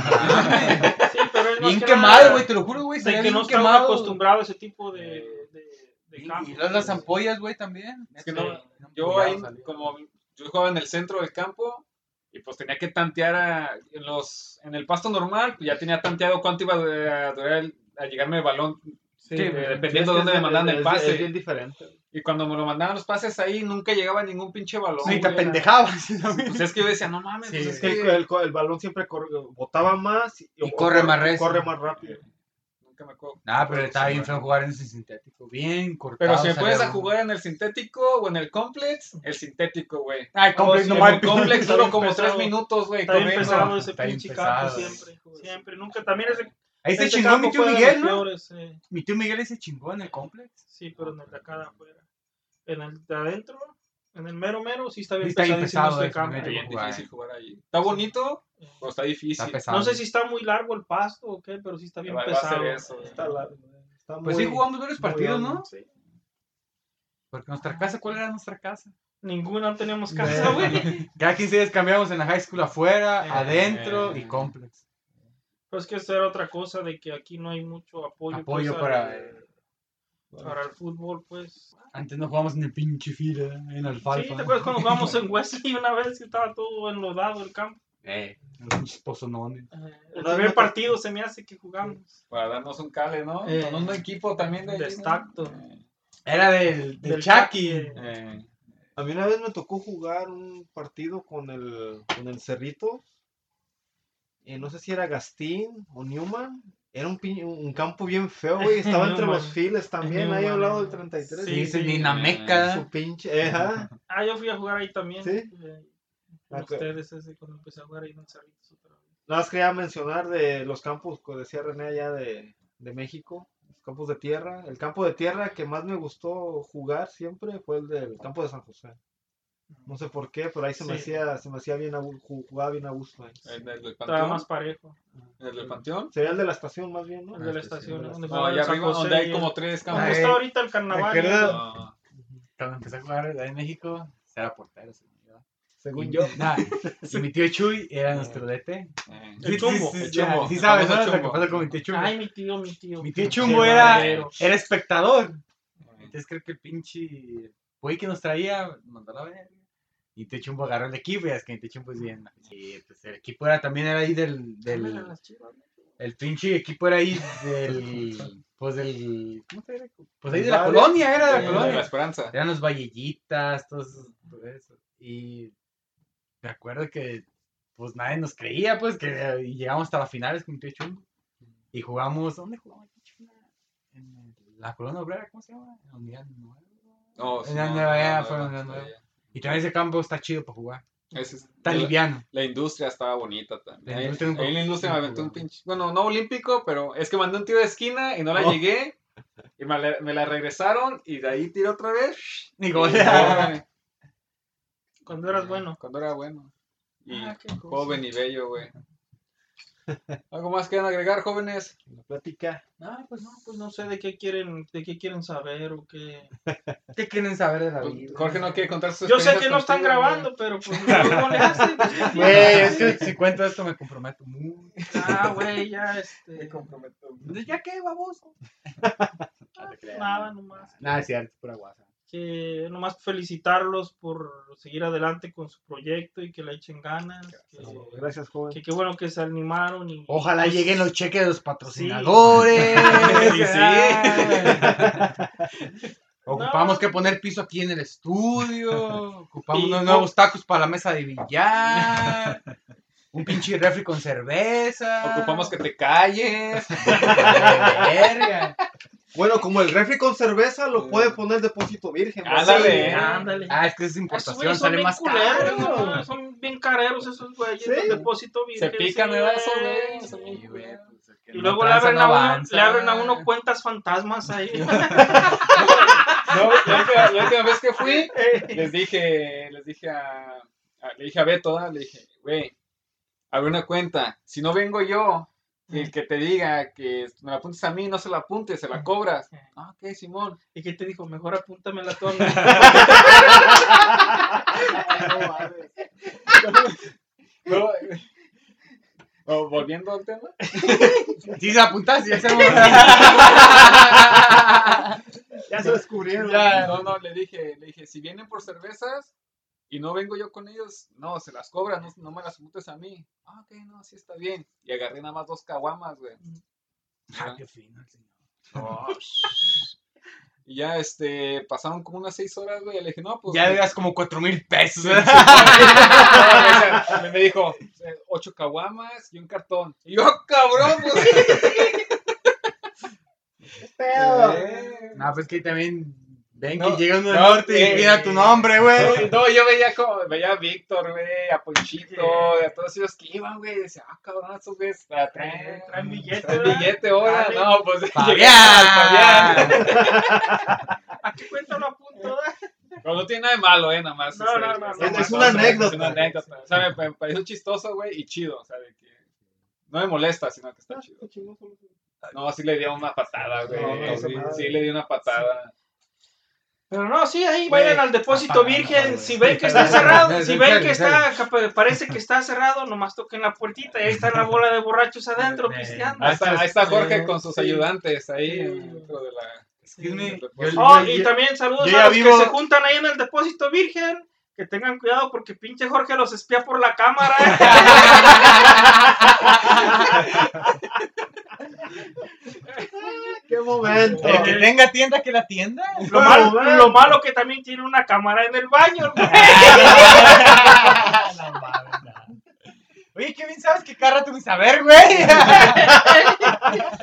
Speaker 5: Ah,
Speaker 7: Sí, pero es más
Speaker 5: bien
Speaker 7: que
Speaker 5: quemado,
Speaker 7: nada
Speaker 5: güey, te lo juro, güey.
Speaker 7: de
Speaker 5: salía
Speaker 7: que
Speaker 5: bien
Speaker 7: no estaba
Speaker 5: quemado.
Speaker 7: acostumbrado a ese tipo de, de, de
Speaker 5: Eh, Y, y
Speaker 7: campos.
Speaker 5: luego las ampollas, güey, también. este,
Speaker 2: Es que
Speaker 5: Sí.
Speaker 2: no-
Speaker 5: Eran
Speaker 2: Yo
Speaker 5: ampollas,
Speaker 2: ahí,
Speaker 5: salía.
Speaker 2: como yo jugaba en el centro del campo y pues tenía que tantear a- en, los, en el pasto normal, pues ya tenía tanteado cuánto iba a durar el- a llegarme el balón,
Speaker 4: Sí,
Speaker 2: eh,
Speaker 4: güey.
Speaker 2: dependiendo
Speaker 4: Sí,
Speaker 2: de
Speaker 4: es que
Speaker 2: dónde me
Speaker 4: es-
Speaker 2: mandaban
Speaker 4: es-
Speaker 2: el
Speaker 4: es-
Speaker 2: pase.
Speaker 4: Es bien diferente.
Speaker 2: Y cuando me lo mandaban los pases ahí, nunca llegaba ningún pinche balón.
Speaker 5: Ni te
Speaker 2: güey.
Speaker 5: pendejabas.
Speaker 2: Pues es que yo decía, no mames,
Speaker 5: Sí,
Speaker 2: pues es
Speaker 4: Es que
Speaker 2: que
Speaker 4: el, el- el balón siempre corre- botaba más y,
Speaker 5: Y corre más recio.
Speaker 4: corre más rápido.
Speaker 2: nunca me acuerdo.
Speaker 5: Nah, Ah, pero estaba bien feo jugar en ese sintético. Bien cortado.
Speaker 2: Pero si me
Speaker 5: salía
Speaker 2: puedes a
Speaker 5: uno.
Speaker 2: jugar en el sintético o en el complex, el sintético, güey. Oh,
Speaker 5: Ah, el complex
Speaker 2: Sí,
Speaker 5: no
Speaker 2: en
Speaker 5: mames.
Speaker 2: el complex
Speaker 7: Está
Speaker 2: duró
Speaker 7: bien
Speaker 2: como
Speaker 7: pesado.
Speaker 2: tres minutos, güey,
Speaker 7: Está bien
Speaker 2: corriendo.
Speaker 7: pesado ese
Speaker 5: Está bien
Speaker 7: pinche
Speaker 5: pesado,
Speaker 7: campo
Speaker 5: güey.
Speaker 7: siempre, siempre, nunca. También ese,
Speaker 5: Ahí se
Speaker 7: ese
Speaker 5: chingó mi
Speaker 7: este campo
Speaker 5: tío
Speaker 7: fue de los
Speaker 5: Este Miguel, ¿no?
Speaker 7: peores, eh,
Speaker 5: Mi tío Miguel ese chingó en el complex.
Speaker 7: sí, pero en el de acá de afuera. En el de adentro, en el mero mero, sí está bien
Speaker 5: Sí, está bien
Speaker 7: pesadísimo
Speaker 5: pesado
Speaker 7: ese
Speaker 5: ese
Speaker 7: campo.
Speaker 5: mero.
Speaker 2: Está bien
Speaker 5: Jugar, eh.
Speaker 2: difícil jugar ahí. Está bonito,
Speaker 7: Eh,
Speaker 2: pero está difícil.
Speaker 5: Está pesado.
Speaker 7: No sé si está muy largo el pasto o qué, pero sí está bien
Speaker 2: Va- va a
Speaker 7: pesado.
Speaker 2: ser eso,
Speaker 7: Eh,
Speaker 4: Está largo, güey. Está
Speaker 5: Pues
Speaker 4: muy-
Speaker 5: sí jugamos varios
Speaker 4: muy
Speaker 5: partidos,
Speaker 4: hondo.
Speaker 5: ¿no? Porque nuestra casa, ¿cuál era nuestra casa?
Speaker 7: Ninguno tenemos casa,
Speaker 5: Bueno.
Speaker 7: güey.
Speaker 5: Cada 15 días cambiamos en la high school afuera,
Speaker 7: Eh,
Speaker 5: adentro
Speaker 2: eh,
Speaker 5: y complex.
Speaker 7: Pues que eso era otra cosa de que aquí no hay mucho apoyo,
Speaker 5: Apoyo
Speaker 7: pues,
Speaker 5: para, eh,
Speaker 7: al- para el fútbol, pues.
Speaker 5: Antes no jugamos en el pinche fila, en alfalfa.
Speaker 7: Sí, ¿te acuerdas cuando jugamos en Wesley una vez que estaba todo enlodado el campo?
Speaker 5: Eh, en los pinches pozonones.
Speaker 7: Eh, el
Speaker 4: Una vez
Speaker 7: primer
Speaker 4: me-
Speaker 7: partido se me hace que jugamos.
Speaker 2: Para darnos un cale, ¿no?
Speaker 7: Eh,
Speaker 2: Con un equipo también de.
Speaker 7: de Stacto.
Speaker 5: Era del, del,
Speaker 7: Del
Speaker 5: Chucky.
Speaker 7: Chucky.
Speaker 2: Eh,
Speaker 4: A mí una vez me tocó jugar un partido con el, con el Cerrito. Eh, no sé si era Gastín o Newman. Era un, piñ- un campo bien feo, güey. Estaba entre los
Speaker 7: Newman.
Speaker 4: files también, ahí al lado del 33.
Speaker 5: Sí,
Speaker 7: Sí,
Speaker 5: sí,
Speaker 7: sí.
Speaker 5: Dinameca.
Speaker 4: Su pinche. eh, ajá.
Speaker 7: Ah, yo fui a jugar ahí también.
Speaker 4: ¿Sí?
Speaker 7: eh, con
Speaker 4: Ah, ok.
Speaker 7: ustedes ese, cuando empecé a jugar ahí en el Cerritos otra vez.
Speaker 4: Nada más quería mencionar de los campos, como decía René allá de, de México. Los campos de tierra. El campo de tierra que más me gustó jugar siempre fue el del campo de San José. No sé por qué, pero ahí se me
Speaker 7: Sí.
Speaker 4: hacía, se me hacía bien a, gu- ju- jugaba bien a gusto ahí.
Speaker 2: El del del
Speaker 7: Estaba
Speaker 2: panteón.
Speaker 7: más parejo.
Speaker 2: El del panteón.
Speaker 4: Sería el de la estación más bien, ¿no?
Speaker 7: El de la
Speaker 4: Ah,
Speaker 7: estación.
Speaker 4: sí,
Speaker 7: donde
Speaker 4: sí.
Speaker 2: No,
Speaker 7: juega el
Speaker 2: allá
Speaker 7: San
Speaker 2: arriba,
Speaker 7: José
Speaker 2: donde hay
Speaker 7: y
Speaker 2: como
Speaker 7: el-
Speaker 2: tres
Speaker 7: Como
Speaker 2: campos.
Speaker 7: está ahorita el carnaval.
Speaker 5: acuerdo-
Speaker 7: ¿no?
Speaker 2: Ah,
Speaker 5: Cuando empecé a jugar allá en México, era portero, según yo.
Speaker 4: Según yo.
Speaker 5: Nah, y mi tío Chuy era nuestro DT.
Speaker 2: eh.
Speaker 7: El chumbo,
Speaker 5: Sí, sí,
Speaker 2: el
Speaker 5: sí,
Speaker 2: chumbo,
Speaker 5: sí,
Speaker 2: el
Speaker 5: sabes,
Speaker 2: famoso
Speaker 5: ¿no? Lo que
Speaker 2: chumbo.
Speaker 5: pasa con mi tío Chumbo.
Speaker 7: Ay, mi tío, mi tío.
Speaker 5: mi tío
Speaker 7: Qué
Speaker 5: Chumbo era,
Speaker 2: eh,
Speaker 7: barbero.
Speaker 5: era espectador. Entonces creo que el pinche güey que nos traía mandó a la verga. Y tío Chumbo agarró el equipo y es que mi tío Chumbo es bien. Y pues el equipo era también era ahí del.
Speaker 7: Cámara,
Speaker 5: del
Speaker 7: las chivas, ¿no?
Speaker 5: el pinche equipo era ahí del. Pues del. ¿Cómo se llama? Pues ahí de la
Speaker 4: Vale.
Speaker 5: colonia,
Speaker 2: Eh,
Speaker 5: era de la
Speaker 2: de la
Speaker 5: colonia.
Speaker 2: esperanza.
Speaker 5: Eran los Vallillitas, todos esos- todo eso. Y me acuerdo que pues nadie nos creía, pues, que eh, y llegamos hasta las finales con mi tío Chumbo. Y jugamos, ¿dónde jugamos tío Chumbo? En el- la Colonia Obrera, ¿cómo se llama? En la Unidad Nueva.
Speaker 2: No,
Speaker 5: En
Speaker 2: sí,
Speaker 5: la
Speaker 2: no,
Speaker 5: Nueva,
Speaker 2: no,
Speaker 5: ya,
Speaker 2: no,
Speaker 5: fue
Speaker 2: no,
Speaker 5: en la
Speaker 2: no,
Speaker 5: Nueva.
Speaker 2: ya.
Speaker 5: Y también ese campo está chido para jugar.
Speaker 2: Ese es-
Speaker 5: Está
Speaker 2: la-
Speaker 5: liviano.
Speaker 2: La industria estaba bonita también.
Speaker 5: La
Speaker 2: Ahí
Speaker 5: industria un
Speaker 2: ahí en la
Speaker 5: poquito
Speaker 2: industria me aventó un
Speaker 5: jugada.
Speaker 2: pinche. Bueno, no olímpico, pero es que mandé un tiro de esquina y no la llegué. Y me la, me la regresaron y de ahí tiré otra vez.
Speaker 5: Ni
Speaker 2: Y
Speaker 5: golea.
Speaker 2: órale,
Speaker 7: Cuando eras bueno.
Speaker 2: Cuando era bueno. Y
Speaker 7: Ah, qué cosa.
Speaker 2: joven y bello, güey. ¿Algo más quieran agregar, jóvenes?
Speaker 4: La plática.
Speaker 7: Ah, pues no, pues no sé de qué quieren, de qué quieren saber o qué.
Speaker 5: ¿Qué quieren saber de la
Speaker 2: Pues,
Speaker 5: vida?
Speaker 2: Jorge no quiere contar sus
Speaker 7: Yo sé
Speaker 2: experiencias
Speaker 7: que no están
Speaker 2: contigo, güey.
Speaker 7: grabando, pero pues ¿cómo le hacen? Pues,
Speaker 5: Güey,
Speaker 7: ¿qué tiene?
Speaker 5: es que si cuento esto me comprometo mucho.
Speaker 7: Ah, güey, ya este.
Speaker 5: ¿Ya qué, baboso? No te creas,
Speaker 7: Nada,
Speaker 5: no.
Speaker 7: nomás.
Speaker 5: Nada, es cierto, pura guasa.
Speaker 7: que nomás felicitarlos por seguir adelante con su proyecto y que le echen ganas. Que,
Speaker 4: Gracias, joven.
Speaker 7: que qué bueno que se animaron y
Speaker 5: Ojalá
Speaker 7: pues,
Speaker 5: lleguen los cheques de los patrocinadores.
Speaker 2: Sí, sí.
Speaker 5: Ah. Ocupamos
Speaker 7: No.
Speaker 5: que poner piso aquí en el estudio. Ocupamos
Speaker 7: Y
Speaker 5: unos
Speaker 7: no-
Speaker 5: nuevos tacos para la mesa de billar. Un pinche refri con cerveza.
Speaker 2: Ocupamos que te calles.
Speaker 5: Verga.
Speaker 4: Bueno, como el refri con cerveza lo
Speaker 2: Sí.
Speaker 4: puede poner depósito virgen. ¿no?
Speaker 2: Ándale.
Speaker 4: Sí.
Speaker 7: Sí, ándale.
Speaker 5: Ah, es que es
Speaker 7: Esos
Speaker 5: importación,
Speaker 7: güeyes son
Speaker 5: sale
Speaker 7: bien
Speaker 5: más
Speaker 7: culeros,
Speaker 5: caro.
Speaker 7: ¿no? Son bien careros esos güeyes.
Speaker 4: Sí.
Speaker 7: del depósito
Speaker 2: Se
Speaker 7: virgen,
Speaker 2: pican,
Speaker 7: sí,
Speaker 2: ¿verdad?
Speaker 7: güey.
Speaker 2: Esos güeyes,
Speaker 7: Sí.
Speaker 2: son bien
Speaker 5: Sí, güey, pues, el que
Speaker 7: Y
Speaker 5: no
Speaker 7: luego le
Speaker 5: tranza
Speaker 7: abren,
Speaker 5: no
Speaker 7: a uno, le
Speaker 5: avanza.
Speaker 7: abren a uno cuentas fantasmas ahí.
Speaker 2: No, la última, la última vez que fui, les dije, les dije a, a- le dije a Beto, ¿verdad? le dije, güey, abre una cuenta, si no vengo yo, el que te diga que me la apuntes a mí, no se la apuntes, se la cobras. Ah, ok, Simón.
Speaker 7: ¿Y qué te dijo? Mejor apúntamela tú a mí.
Speaker 2: No, no, volviendo al tema.
Speaker 5: Sí, se apuntas, ya se
Speaker 4: Ya se descubrieron.
Speaker 2: Ya, ah, no, no, le dije, le dije, si vienen por cervezas y no vengo yo con ellos, no, se las cobran, no, no me las apuntes a mí. Ah, ok, no, sí está bien. Y agarré nada más dos caguamas, güey.
Speaker 5: Ah, qué fino el señor.
Speaker 2: Y ya, este, pasaron como unas seis horas, güey. Le dije, no, pues.
Speaker 5: Ya
Speaker 2: güey,
Speaker 5: debías como cuatro mil pesos.
Speaker 2: sí,
Speaker 5: ¿verdad?
Speaker 2: sí, sí. Me- Me dijo, eh, ocho caguamas y un cartón. Y yo, "Ah, cabrón, pues. Eh,
Speaker 5: No, pues que también ven
Speaker 2: No,
Speaker 5: que llega uno del
Speaker 2: no,
Speaker 5: norte y
Speaker 2: eh,
Speaker 5: mira tu nombre, güey.
Speaker 2: No, yo veía como, veía a Víctor, güey, a Ponchito, a todos ellos que iban, güey, decía, ah, cabrón, esos güeyes tra- traen,
Speaker 7: Traen- traen billete,
Speaker 2: traen
Speaker 7: ¿verdad?
Speaker 2: billete ahora,
Speaker 7: Dale.
Speaker 2: no, pues llegué a Fabián.
Speaker 5: Fabián.
Speaker 7: ¿A qué cuenta lo apunto?
Speaker 2: Pero no tiene nada de malo, ¿eh? Nada más.
Speaker 7: No,
Speaker 2: este,
Speaker 7: no, no,
Speaker 2: es
Speaker 7: no.
Speaker 2: una
Speaker 4: Es una
Speaker 2: cosa,
Speaker 4: anécdota.
Speaker 2: Es una anécdota. O sea, me, me pareció chistoso, güey, y chido. O sea, de que no me molesta, sino que está chido. No, sí le dio una patada, güey.
Speaker 4: No, no hizo
Speaker 2: sí,
Speaker 4: nada.
Speaker 2: sí le dio una patada.
Speaker 7: Pero no, sí, ahí vayan al depósito
Speaker 5: apaga, apaga,
Speaker 7: virgen.
Speaker 5: güey.
Speaker 7: Si ven que está cerrado,
Speaker 5: Dale,
Speaker 7: si
Speaker 5: dale,
Speaker 7: ven que
Speaker 5: dale.
Speaker 7: está, que parece que está cerrado, nomás toquen la puertita y ahí está la bola de borrachos adentro
Speaker 5: Eh,
Speaker 7: pisteando.
Speaker 2: Ahí, está, ahí está Jorge con sus
Speaker 7: Sí.
Speaker 2: ayudantes ahí
Speaker 7: Sí.
Speaker 2: dentro de la.
Speaker 5: Excuse me.
Speaker 2: Yo-
Speaker 7: Oh,
Speaker 5: yo-
Speaker 7: y
Speaker 5: yo-
Speaker 7: también saludos
Speaker 5: yo
Speaker 7: a
Speaker 5: ya
Speaker 7: los
Speaker 5: vivo-
Speaker 7: que se juntan ahí en el depósito virgen. Que tengan cuidado porque pinche Jorge los espía por la cámara. ¿eh?
Speaker 4: ¡Qué momento!
Speaker 5: El que tenga tienda, que la tienda.
Speaker 7: Lo malo, lo malo que también tiene una cámara en el baño. güey.
Speaker 5: No mames, no. Oye, qué bien sabes que carra tú mi saber, güey.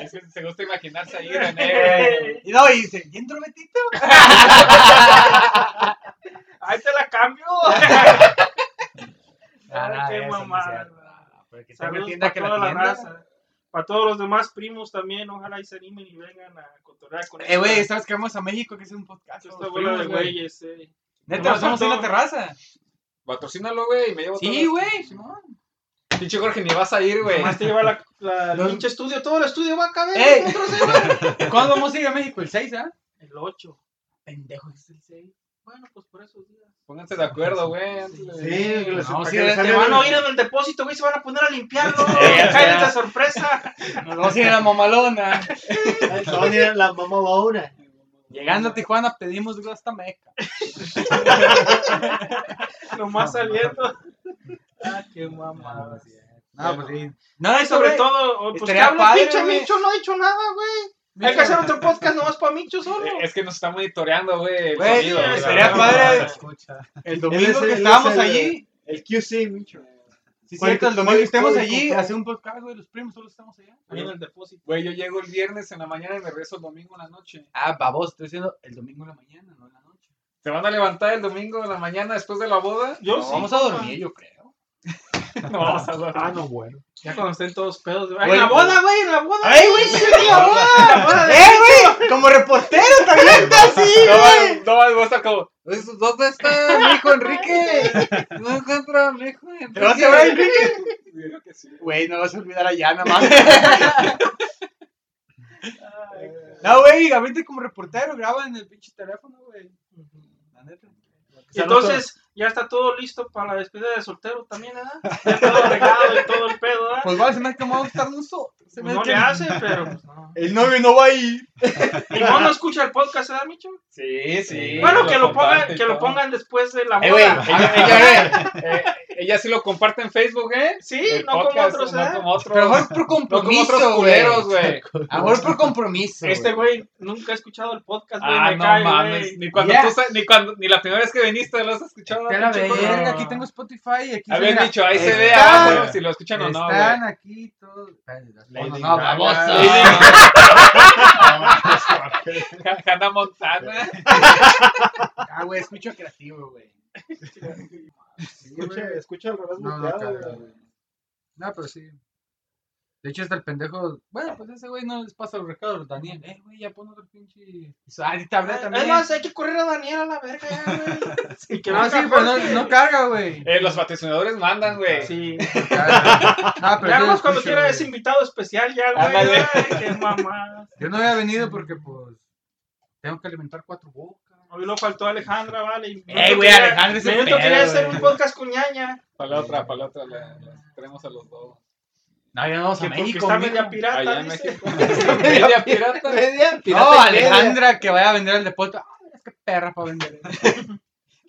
Speaker 2: Es que se gusta imaginarse ahí, René.
Speaker 5: Eh, y no, y dice, ¿y entro Betito?
Speaker 7: Ahí te la cambio.
Speaker 5: Ah,
Speaker 7: Ay,
Speaker 5: no,
Speaker 7: qué
Speaker 5: eso no es
Speaker 7: mamada.
Speaker 5: Ah, cierto. No, no, pero que tenga
Speaker 7: Saludos
Speaker 5: tienda,
Speaker 7: para
Speaker 5: que la
Speaker 7: toda la
Speaker 5: tienda.
Speaker 7: raza. Para todos los demás primos también, ojalá y se animen y vengan a cotorrear con
Speaker 5: Eh, güey, ¿sabes que vamos a México? Que es un podcast.
Speaker 7: Esta
Speaker 5: los
Speaker 7: bola de
Speaker 5: primos, güey.
Speaker 7: güeyes, eh.
Speaker 5: Neta,
Speaker 7: Nomás
Speaker 5: nos vamos a
Speaker 7: faltó-
Speaker 5: la terraza.
Speaker 2: Patrocínalo, güey, y me llevo
Speaker 5: Sí,
Speaker 2: todas.
Speaker 5: güey. Simón.
Speaker 2: Pinche Jorge, ni vas a ir, güey.
Speaker 7: Nomás te lleva la, la-
Speaker 5: Los-
Speaker 7: el pinche estudio, todo el estudio va a caber.
Speaker 5: Ey.
Speaker 7: nosotros, eh, güey.
Speaker 5: ¿Cuándo vamos a ir a México? ¿El 6, ah?
Speaker 7: El 8.
Speaker 5: Pendejo, es el 6.
Speaker 7: Bueno, pues por esos días.
Speaker 2: Pónganse de acuerdo, güey. antes de-
Speaker 4: Sí, que les-
Speaker 5: No,
Speaker 4: para
Speaker 5: sí,
Speaker 4: que les
Speaker 5: te
Speaker 7: Te
Speaker 4: salga
Speaker 7: van a
Speaker 4: el-
Speaker 7: oír en el depósito, güey, se van a poner a limpiarlo.
Speaker 5: ya.
Speaker 7: Caen de sorpresa.
Speaker 5: Nos vamos a ir a la mamalona.
Speaker 4: Se van a ir a la mamá ahora.
Speaker 5: Llegando a Tijuana pedimos Glosta Meca.
Speaker 7: Nomás saliendo. Ah, qué mamada.
Speaker 5: No, pues sí. No, y
Speaker 7: Sobre
Speaker 5: sobre todo.
Speaker 7: todo, oh, pues que
Speaker 5: Estaría
Speaker 7: hable
Speaker 5: padre,
Speaker 7: pinche
Speaker 5: güey.
Speaker 7: Micho, no ha dicho nada, güey. Hay que hacer otro podcast nomás para Micho solo.
Speaker 2: Eh, Es que nos está monitoreando, güey. el
Speaker 5: Güey,
Speaker 2: sonido, güey.
Speaker 5: estaría
Speaker 2: No,
Speaker 5: padre.
Speaker 2: no, no,
Speaker 5: El
Speaker 4: Él
Speaker 5: domingo que
Speaker 4: es el- él
Speaker 5: estábamos
Speaker 4: es el-
Speaker 5: allí.
Speaker 4: El QC, Micho.
Speaker 5: Sí,
Speaker 4: Porque
Speaker 5: cierto, el
Speaker 4: tú
Speaker 5: domingo que
Speaker 4: eres
Speaker 5: estemos
Speaker 4: todo
Speaker 5: allí,
Speaker 4: comprar.
Speaker 5: hace un podcast, güey. Los primos solo estamos allá.
Speaker 7: Ahí en el depósito.
Speaker 2: Güey, yo llego el viernes en la mañana y me regreso el domingo en la noche.
Speaker 5: Ah, babos, estoy diciendo el domingo en la mañana, no en la noche.
Speaker 2: ¿Te van a levantar el domingo en la mañana después de la boda?
Speaker 7: Yo
Speaker 5: No,
Speaker 7: sí.
Speaker 5: vamos a dormir, yo creo.
Speaker 2: No vamos a dormir.
Speaker 6: Ah, no, bueno.
Speaker 7: Ya cuando estén todos pedos. güey.
Speaker 5: Güey,
Speaker 7: en la
Speaker 5: güey.
Speaker 7: boda, güey, en la boda.
Speaker 5: ¡Ay, güey! ¡Sí, la boda!
Speaker 7: la boda de-
Speaker 5: ¡Eh, güey! Como reportero también está así,
Speaker 2: No, vas- no, vas- vas a como, ¿dónde
Speaker 5: Eh,
Speaker 2: está mi hijo Enrique? No encuentro a mi hijo Enrique.
Speaker 5: ¿Te vas a llevar, Enrique?
Speaker 2: Yo creo que sí.
Speaker 5: Güey, no vas a olvidar allá, nada más. No, güey, ahorita como reportero graba en el pinche teléfono, güey. La neta.
Speaker 7: Entonces, ya está todo listo para la despedida de soltero también, ¿verdad? Ya está todo arreglado y todo el pedo, ¿verdad?
Speaker 5: Pues vale, se me hace que vamos a estar nosotros. Se me
Speaker 7: Pues no
Speaker 5: hace
Speaker 7: le
Speaker 5: que-
Speaker 7: hace, pero pues no.
Speaker 5: El novio no va a ir.
Speaker 7: Y no no escucha el podcast, ¿verdad, Micho?
Speaker 2: Sí, sí.
Speaker 7: Bueno, que lo pongan,
Speaker 2: comparte y
Speaker 7: que lo
Speaker 2: todo.
Speaker 7: pongan después de la
Speaker 2: Eh, güey,
Speaker 7: boda.
Speaker 2: ella, ella, eh, ella sí lo comparte en Facebook, ¿eh?
Speaker 7: Sí,
Speaker 2: El
Speaker 7: no como
Speaker 2: podcast,
Speaker 7: otros, ¿eh?
Speaker 2: No
Speaker 7: ¿verdad?
Speaker 2: como otros.
Speaker 5: Pero a lo mejor
Speaker 2: No
Speaker 5: por
Speaker 2: como
Speaker 5: compromiso,
Speaker 2: otros
Speaker 5: güey.
Speaker 2: culeros, güey.
Speaker 5: A lo mejor por compromiso.
Speaker 7: Este güey nunca ha escuchado el podcast, güey.
Speaker 2: Ah,
Speaker 7: me
Speaker 2: no
Speaker 7: cae,
Speaker 2: mames.
Speaker 7: güey.
Speaker 2: Ni cuando
Speaker 5: Ya.
Speaker 2: tú sa- ni cuando, ni la primera vez que viniste lo has escuchado.
Speaker 5: Te la
Speaker 2: pinche cosa.
Speaker 5: verga, aquí tengo Spotify y aquí
Speaker 2: Habían
Speaker 5: mira,
Speaker 2: dicho, ahí se ve
Speaker 5: está-
Speaker 2: abajo si lo escuchan o no, güey.
Speaker 5: Están aquí todos. Espérate, las fotos, No,
Speaker 6: Gaga.
Speaker 5: baboso.
Speaker 6: Lady
Speaker 2: Hannah
Speaker 5: ¿eh?
Speaker 2: Montana.
Speaker 5: Ah, güey, escucho creativo, güey. Sí, güey.
Speaker 4: Escucha, escucha al revés
Speaker 5: No, no,
Speaker 4: volteado,
Speaker 5: cabrón,
Speaker 4: güey.
Speaker 5: güey. No, pero sí. De hecho, hasta el pendejo. Bueno, pues ese güey no les pasa los recados, Daniel. Eh, güey, ya pon otro pinche. Ah, te hablé también.
Speaker 7: Es más, hay que correr a Daniel a la verga, ya, güey. Y que
Speaker 5: no, Ah, sí,
Speaker 7: venga
Speaker 5: pero no,
Speaker 7: Jorge.
Speaker 5: no carga, güey.
Speaker 2: Eh, los patrocinadores mandan, güey.
Speaker 7: Sí.
Speaker 5: No carga. No, Ah, pero
Speaker 7: Ya
Speaker 5: yo lo
Speaker 7: vamos cuando
Speaker 5: escucho,
Speaker 7: quiera
Speaker 5: güey.
Speaker 7: ese invitado especial, ya, güey.
Speaker 2: Ándale.
Speaker 7: Ay, qué mamá.
Speaker 5: Yo no había venido porque, pues. Tengo que alimentar cuatro bocas.
Speaker 7: Hoy lo faltó Alejandra, vale. Y
Speaker 5: Ey,
Speaker 7: Minuto
Speaker 5: güey,
Speaker 7: quería-
Speaker 5: Alejandra es el
Speaker 7: Minuto
Speaker 5: pedo,
Speaker 7: quería hacer
Speaker 5: güey.
Speaker 7: un podcast con ñaña.
Speaker 2: Para la otra, para la otra. la- la- tenemos a los dos.
Speaker 5: No, ya no vamos a
Speaker 7: Que porque
Speaker 5: México.
Speaker 7: está
Speaker 5: mijo.
Speaker 7: media pirata,
Speaker 2: Allá en
Speaker 7: dice.
Speaker 2: México. Media pirata.
Speaker 5: No, Alejandra que vaya a vender el deporte. Ah, es que perra para vender.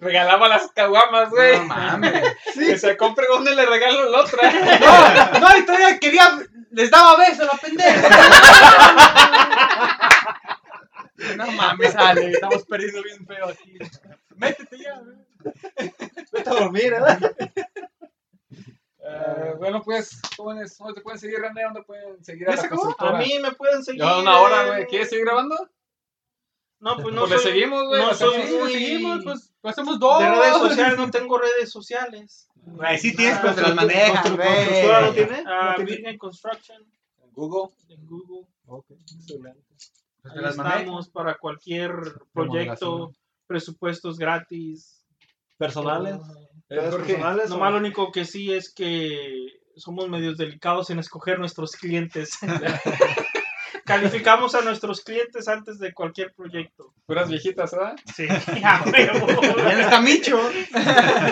Speaker 2: Regalaba las caguamas, güey.
Speaker 5: No mames.
Speaker 2: Que se compre una y le regalo la otra.
Speaker 5: No, no, y todavía quería. Les daba besos a la pendeja. No mames, Ale, estamos perdiendo bien feo aquí. Métete ya, güey.
Speaker 4: Vete a dormir, ¿verdad?
Speaker 2: Eh, bueno, pues, jóvenes, ¿dónde te pueden seguir, René? ¿Dónde pueden seguir a
Speaker 7: ¿Ya
Speaker 2: la
Speaker 7: se acabó? A
Speaker 2: constructora?
Speaker 7: mí me pueden seguir.
Speaker 2: Ya una hora,
Speaker 7: en-
Speaker 2: güey. ¿Quieres seguir grabando?
Speaker 7: No, pues no
Speaker 2: Pues le
Speaker 7: soy-
Speaker 2: seguimos, güey.
Speaker 7: no
Speaker 2: le
Speaker 7: soy
Speaker 2: seguimos.
Speaker 7: muy-
Speaker 5: seguimos, pues, pues hacemos dos.
Speaker 7: De redes sociales, no tengo redes sociales.
Speaker 5: Güey, sí tienes,
Speaker 7: Ah,
Speaker 5: pero te las manejas,
Speaker 4: ¿Constructora ¿No
Speaker 5: güey.
Speaker 4: tiene?
Speaker 7: Ah,
Speaker 4: ¿No tiene?
Speaker 7: Virgen Construction
Speaker 2: Google.
Speaker 7: en Google.
Speaker 5: Pues te
Speaker 7: Ahí
Speaker 5: las manejas.
Speaker 7: estamos para cualquier proyecto, presupuestos gratis.
Speaker 4: ¿Personales?
Speaker 2: Eh,
Speaker 4: ¿Redes
Speaker 2: Jorge,
Speaker 4: personales?
Speaker 7: Nomás lo único que sí es que somos medios delicados en escoger nuestros clientes. Calificamos a nuestros clientes antes de cualquier proyecto.
Speaker 2: puras viejitas, ¿verdad?
Speaker 7: Sí, a huevo.
Speaker 5: Ya no está Micho.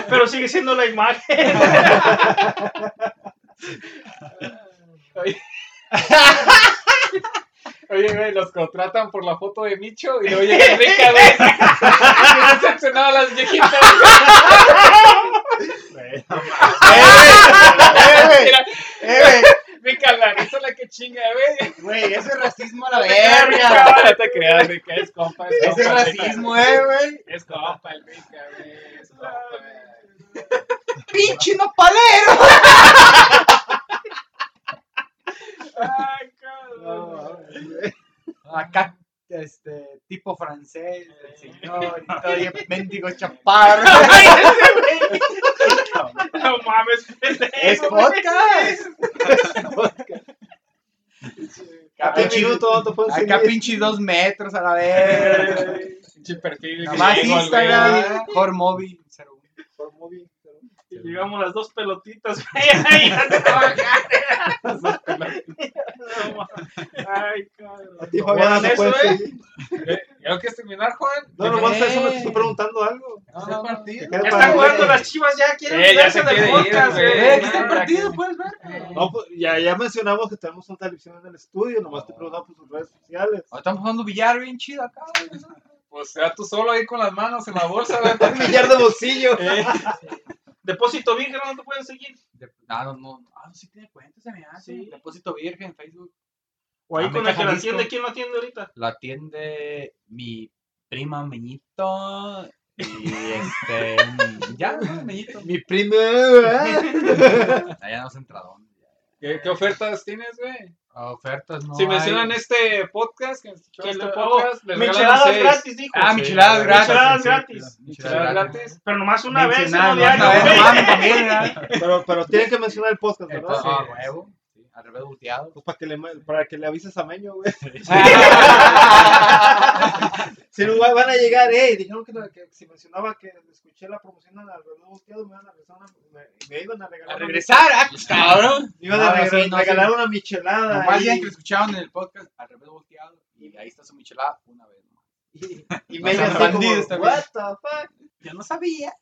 Speaker 7: Pero sigue siendo la imagen.
Speaker 2: Oye, güey, los contratan por la foto de Micho y luego llega Enrique, güey. Y no se accionaba a las viejitas.
Speaker 5: Eh, güey,
Speaker 2: Mira,
Speaker 5: eh, güey.
Speaker 2: mi calarito la que chinga, güey.
Speaker 5: Güey, ese racismo a la verga.
Speaker 2: No te creas, Enrique, es compa. Es
Speaker 5: Ese
Speaker 2: compa,
Speaker 5: racismo, eh, güey.
Speaker 2: Enrique. Es compa, Enrique, güey. Es compa, güey.
Speaker 5: Pinche nopalero.
Speaker 7: Ay, cabrón.
Speaker 5: Acá, este, tipo francés, el señor, y todo, y mendigo chaparro.
Speaker 7: No mames, pendejo,
Speaker 5: Es
Speaker 7: güey.
Speaker 5: podcast. Acá
Speaker 4: Cada
Speaker 5: pinche,
Speaker 4: minuto otro fue un
Speaker 5: acá
Speaker 4: CD.
Speaker 5: pinche dos metros a la vez.
Speaker 2: Pinche perfil.
Speaker 5: Nomás
Speaker 2: griego, güey.
Speaker 5: Instagram, Hormobi.
Speaker 4: Por móvil, pero-
Speaker 7: Y llegamos las dos pelotitas, güey. Ay, ya te va a caer. No, ma- Ay,
Speaker 4: A
Speaker 7: cabrón.
Speaker 4: ti,
Speaker 2: No,
Speaker 4: Fabián,
Speaker 2: guardan
Speaker 4: no
Speaker 2: eso,
Speaker 4: puedes
Speaker 2: ¿eh?
Speaker 4: seguir.
Speaker 2: ¿Ya lo quieres terminar, Juan? Eh,
Speaker 4: No, nomás a eso me estoy preguntando algo.
Speaker 5: No, no, no.
Speaker 4: ¿Qué
Speaker 7: Ya
Speaker 4: queda para-
Speaker 7: están jugando las chivas, ya quieren
Speaker 2: Eh, ya
Speaker 7: verse
Speaker 2: se
Speaker 7: del
Speaker 2: quiere ir,
Speaker 7: podcast,
Speaker 2: güey.
Speaker 7: güey. Aquí está el
Speaker 2: Ahora
Speaker 7: partido,
Speaker 2: que-
Speaker 7: puedes ver.
Speaker 4: No, pues, ya, ya mencionamos que tenemos una televisión en el estudio, nomás
Speaker 5: Ah.
Speaker 4: te preguntamos por tus redes sociales.
Speaker 5: Ahora Estamos jugando billar bien chido acá. güey.
Speaker 2: Pues sea tú solo ahí con las manos en la bolsa, güey.
Speaker 5: Billar de bolsillo.
Speaker 7: Depósito virgen, no te pueden seguir.
Speaker 5: De- Ah, no, no. Ah, no, sí tiene cuentas, se me hace.
Speaker 7: Sí.
Speaker 5: Depósito Virgen, Facebook.
Speaker 7: O ahí
Speaker 5: Ah,
Speaker 7: con
Speaker 5: Meca
Speaker 7: el que la
Speaker 5: Jalisco.
Speaker 7: atiende, ¿quién lo atiende ahorita?
Speaker 5: Lo atiende mi prima Meñito. Y este. ya, ¿no? Meñito.
Speaker 4: Mi prima. ¿eh?
Speaker 5: Allá nos entradón.
Speaker 2: ¿Qué, qué ofertas tienes, güey?
Speaker 5: Ofertas, no.
Speaker 2: si
Speaker 5: hay.
Speaker 2: mencionan este podcast, que escucharon
Speaker 7: Que
Speaker 2: este
Speaker 7: lo-
Speaker 2: podcast, les regalan
Speaker 7: Micheladas
Speaker 2: seis.
Speaker 7: gratis, dijo.
Speaker 5: Ah,
Speaker 7: Sí.
Speaker 5: micheladas gratis.
Speaker 7: Micheladas
Speaker 5: sí,
Speaker 7: gratis.
Speaker 5: sí,
Speaker 2: Micheladas gratis.
Speaker 7: Pero nomás una vez, no
Speaker 5: Mencionar,
Speaker 7: diario,
Speaker 5: no, no, no,
Speaker 7: güey.
Speaker 5: mames, también, ¿verdad?
Speaker 4: Pero, pero tienen que mencionar el podcast, ¿verdad?
Speaker 5: Entonces, ah, huevo. Sí, al revés volteado.
Speaker 4: Pues para que le, para que le avises a Meño, güey.
Speaker 6: Ah,
Speaker 4: Si no va- van a llegar, eh, dijeron que, que si mencionaba que escuché la promoción al reloj volteado, me iban a regresar una, me, me iban a regalar.
Speaker 5: A
Speaker 4: una-
Speaker 5: regresar, ah, pues, cabrón.
Speaker 4: me iban a
Speaker 5: No, no,
Speaker 4: regalar,
Speaker 5: sí, no,
Speaker 4: regalar
Speaker 5: sí.
Speaker 4: una michelada.
Speaker 5: Nomás
Speaker 4: y-
Speaker 5: ya que lo escucharon en el podcast, al revés volteado. Y ahí está su michelada una vez nomás.
Speaker 4: Y, y
Speaker 5: No
Speaker 4: Meño
Speaker 5: sean
Speaker 4: así
Speaker 5: bandidos
Speaker 4: como,
Speaker 5: también.
Speaker 4: what the fuck.
Speaker 5: Yo no sabía.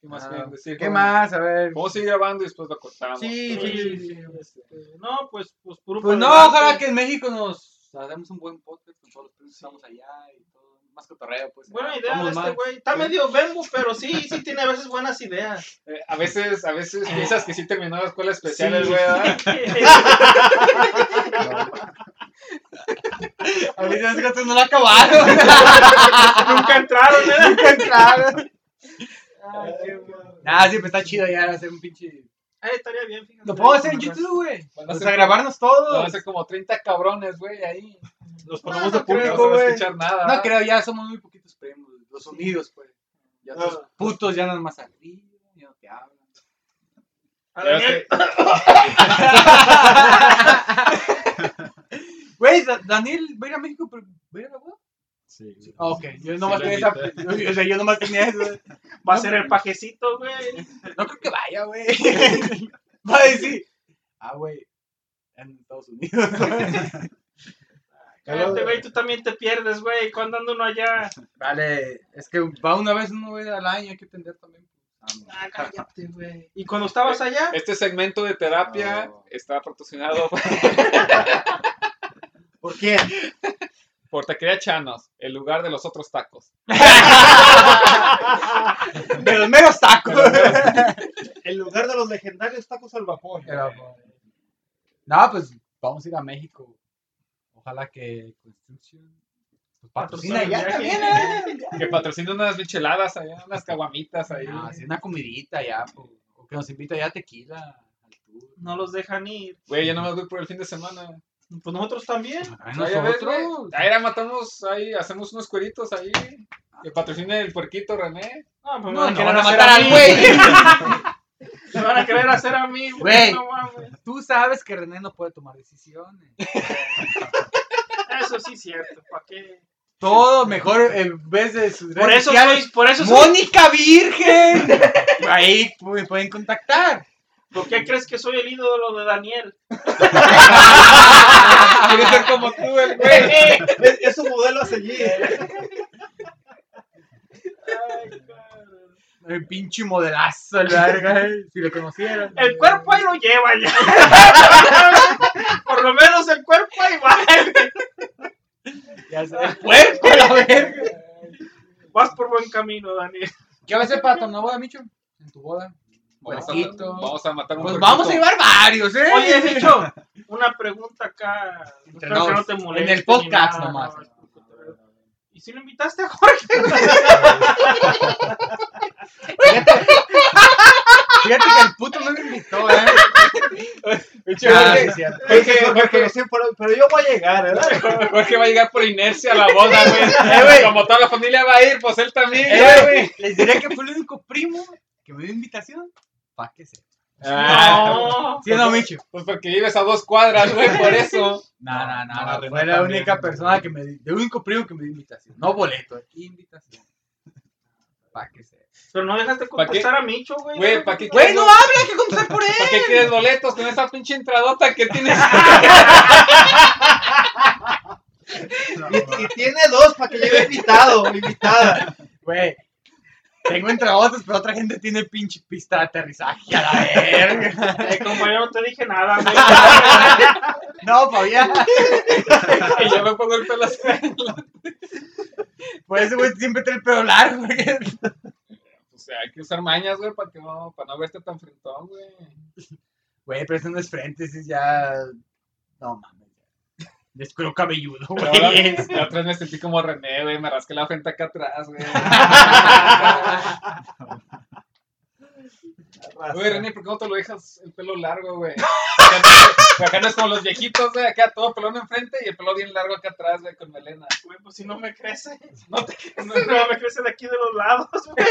Speaker 2: ¿Qué más
Speaker 5: Ah,
Speaker 2: quieren decir?
Speaker 5: ¿Qué
Speaker 2: Juan?
Speaker 5: más? A ver.
Speaker 2: Vamos a seguir grabando y después lo cortamos.
Speaker 5: Sí,
Speaker 2: Pero-
Speaker 5: sí.
Speaker 7: Este, No, pues, pues puro
Speaker 5: Pues no,
Speaker 7: para adelante.
Speaker 5: ojalá que en México nos hagamos un buen podcast con todos los primos que estamos allá y todo. Más cotorreo, pues.
Speaker 7: Buena
Speaker 5: acá.
Speaker 7: idea
Speaker 5: Somos
Speaker 7: de este
Speaker 5: más.
Speaker 7: güey. Está medio bembo, pero sí, sí tiene a veces buenas ideas.
Speaker 2: Eh, a veces, a veces piensas que sí terminó la escuela especial el güey, ¿verdad?
Speaker 5: A mí se me hace que no la acabaron.
Speaker 7: Nunca entraron, ¿eh?
Speaker 4: Ay, qué bueno.
Speaker 5: Ah, sí, pues está chido ya hacer un pinche.
Speaker 7: Ay, estaría bien, fíjate.
Speaker 5: Lo podemos hacer en YouTube, güey.
Speaker 2: Van a
Speaker 5: O
Speaker 2: ser
Speaker 5: sea,
Speaker 2: como-
Speaker 5: grabarnos
Speaker 2: Van a
Speaker 5: todos.
Speaker 2: ser como 30 cabrones, güey, ahí.
Speaker 4: Nos
Speaker 2: No,
Speaker 4: ponemos
Speaker 2: no
Speaker 4: de
Speaker 2: creo,
Speaker 4: público,
Speaker 2: no se va a
Speaker 4: güey.
Speaker 2: escuchar nada.
Speaker 5: No creo, ya somos muy poquitos primos. Los unidos, pues. Ya
Speaker 4: Ah.
Speaker 5: los putos ya no más arriba, ya no te hablan.
Speaker 7: A
Speaker 2: Ya ves
Speaker 7: Daniel,
Speaker 2: que-
Speaker 5: Güey, Da- Daniel, ¿va a ir a México? pero- ¿Va a ir a la boda?
Speaker 6: Sí, güey.
Speaker 5: Ah, Ok, yo nomás
Speaker 6: Sí, lo
Speaker 5: tenía esa.
Speaker 6: invité.
Speaker 5: yo- O sea, yo nomás tenía eso.
Speaker 7: va a ser el pajecito, güey.
Speaker 5: No creo que vaya, güey. Va a decir. Ah, güey. En Estados Unidos.
Speaker 7: Cállate, güey, tú también te pierdes, güey. Cuando anda uno allá.
Speaker 5: Vale, es que va una vez, uno güey al año, hay que atender también.
Speaker 7: Ah, cállate, güey. ¿Y cuando estabas allá?
Speaker 2: Este segmento de terapia
Speaker 5: No.
Speaker 2: está patrocinado
Speaker 4: ¿Por qué?
Speaker 2: por Taquería Chanos, el lugar de los otros tacos.
Speaker 5: De los meros tacos.
Speaker 4: En lugar de los legendarios tacos al vapor.
Speaker 5: Pero, no, pues vamos a ir a México. Ojalá que Construction pues, patrocina
Speaker 7: Patrocina
Speaker 5: ya
Speaker 7: el viaje.
Speaker 5: también. ¿eh?
Speaker 2: Que patrocina unas micheladas allá, unas caguamitas ahí.
Speaker 5: Ah, sí, una comidita ya, pues, o que nos invita ya tequila al tour.
Speaker 7: No los dejan ir.
Speaker 2: Güey, yo no me voy por el fin de semana.
Speaker 7: Pues nosotros también.
Speaker 5: Ay,
Speaker 2: Ahí, a ver, güey.
Speaker 5: nosotros.
Speaker 2: Ahí la matamos, ahí hacemos unos cueritos ahí. Que patrocine el puerquito René.
Speaker 7: No, pues
Speaker 5: No,
Speaker 7: me
Speaker 5: no van a
Speaker 7: hacer
Speaker 5: matar
Speaker 7: a
Speaker 5: al
Speaker 7: mí.
Speaker 5: güey.
Speaker 7: Me van a querer hacer a mí, güey.
Speaker 5: Güey.
Speaker 7: No mames.
Speaker 5: Tú sabes que René no puede tomar decisiones.
Speaker 7: Eso sí es cierto. ¿Para qué?
Speaker 5: Todo mejor en vez de sus
Speaker 7: Por
Speaker 5: redes
Speaker 7: eso
Speaker 5: sociales.
Speaker 7: soy, por eso soy
Speaker 5: ¡Mónica Virgen! Ahí pu- pueden contactar.
Speaker 7: ¿Por qué crees que soy el ídolo de Daniel?
Speaker 5: Quiero ser como tú, el güey.
Speaker 4: Es, es un modelo a seguir.
Speaker 7: Ay, cabrón.
Speaker 5: El pinche modelazo, el verga. eh. Si lo conocieran.
Speaker 7: el cuerpo ahí lo lleva ya. Por lo menos el cuerpo ahí va.
Speaker 5: Ya sé, el puerco, la verga.
Speaker 7: Vas por buen camino, Daniel.
Speaker 5: ¿Qué va a hacer para tu nueva boda, Micho? En tu boda.
Speaker 2: Vamos a,
Speaker 5: Puerquito.
Speaker 2: vamos a matar un
Speaker 5: Pues
Speaker 2: puerquito.
Speaker 5: vamos a llevar varios, ¿eh?
Speaker 7: Oye, Micho, una pregunta acá.
Speaker 5: Entre
Speaker 7: Espero que
Speaker 5: nos,
Speaker 7: te
Speaker 5: en el
Speaker 7: moleste ni
Speaker 5: podcast
Speaker 7: nada,
Speaker 5: nomás.
Speaker 7: no, ¿Y si lo invitaste a Jorge?
Speaker 5: Fíjate que el puto no me invitó, ¿eh? Ah, sí, es cierto.
Speaker 4: Porque, porque, sí, pero, pero yo voy a llegar, ¿verdad?
Speaker 2: Jorge va a llegar por inercia a la boda, güey. Como toda la familia va a ir, pues él también.
Speaker 5: Eh, güey, Les diré que fue el único primo que me dio invitación. Pa' que se.
Speaker 2: Ah,
Speaker 7: No.
Speaker 5: Sí, no, Micho.
Speaker 2: Pues porque vives a dos cuadras, güey, por eso.
Speaker 5: No, no,
Speaker 6: no,
Speaker 5: no. no
Speaker 6: René
Speaker 5: fue la
Speaker 6: también,
Speaker 5: única
Speaker 6: güey.
Speaker 5: persona que me dio, el único primo que me dio invitación. No boleto, eh, invitación. Pa' que sea.
Speaker 7: Pero no dejaste
Speaker 2: ¿Pa' qué?
Speaker 7: contestar a Micho, güey.
Speaker 2: Güey, ¿para qué
Speaker 5: Güey,
Speaker 2: quieres,
Speaker 5: no habla, hay que contestar por él.
Speaker 2: ¿para qué quieres boletos con esa pinche entradota que tienes?
Speaker 8: Y, y tiene dos para que lleve invitado o invitada.
Speaker 5: Güey. Tengo entre otros, pero otra gente tiene pinche pista de aterrizaje a la verga.
Speaker 7: Eh, compañero, no te dije nada, güey.
Speaker 5: No, Fabián.
Speaker 2: y yo me pongo el pelo así.
Speaker 5: Por eso, güey, siempre trae el pelo largo. porque-
Speaker 2: O sea, hay que usar mañas, güey, para que no, para no verte tan frentón, güey.
Speaker 5: Güey, pero eso no es frente, eso es ya. No mames. Descuero cabelludo,
Speaker 2: Pero
Speaker 5: güey.
Speaker 2: ahora-
Speaker 5: Es-
Speaker 2: La otra vez me sentí como René, güey, me rasqué la frente acá atrás, güey. Güey, René, ¿por qué no te lo dejas el pelo largo, güey? Acá, te- acá no es como los viejitos, güey, acá todo pelón enfrente y el pelo bien largo acá atrás, güey, con melena.
Speaker 7: Güey, pues si no me crece.
Speaker 2: No te quedes,
Speaker 7: No,
Speaker 2: güey.
Speaker 7: me crece de aquí de los lados, güey.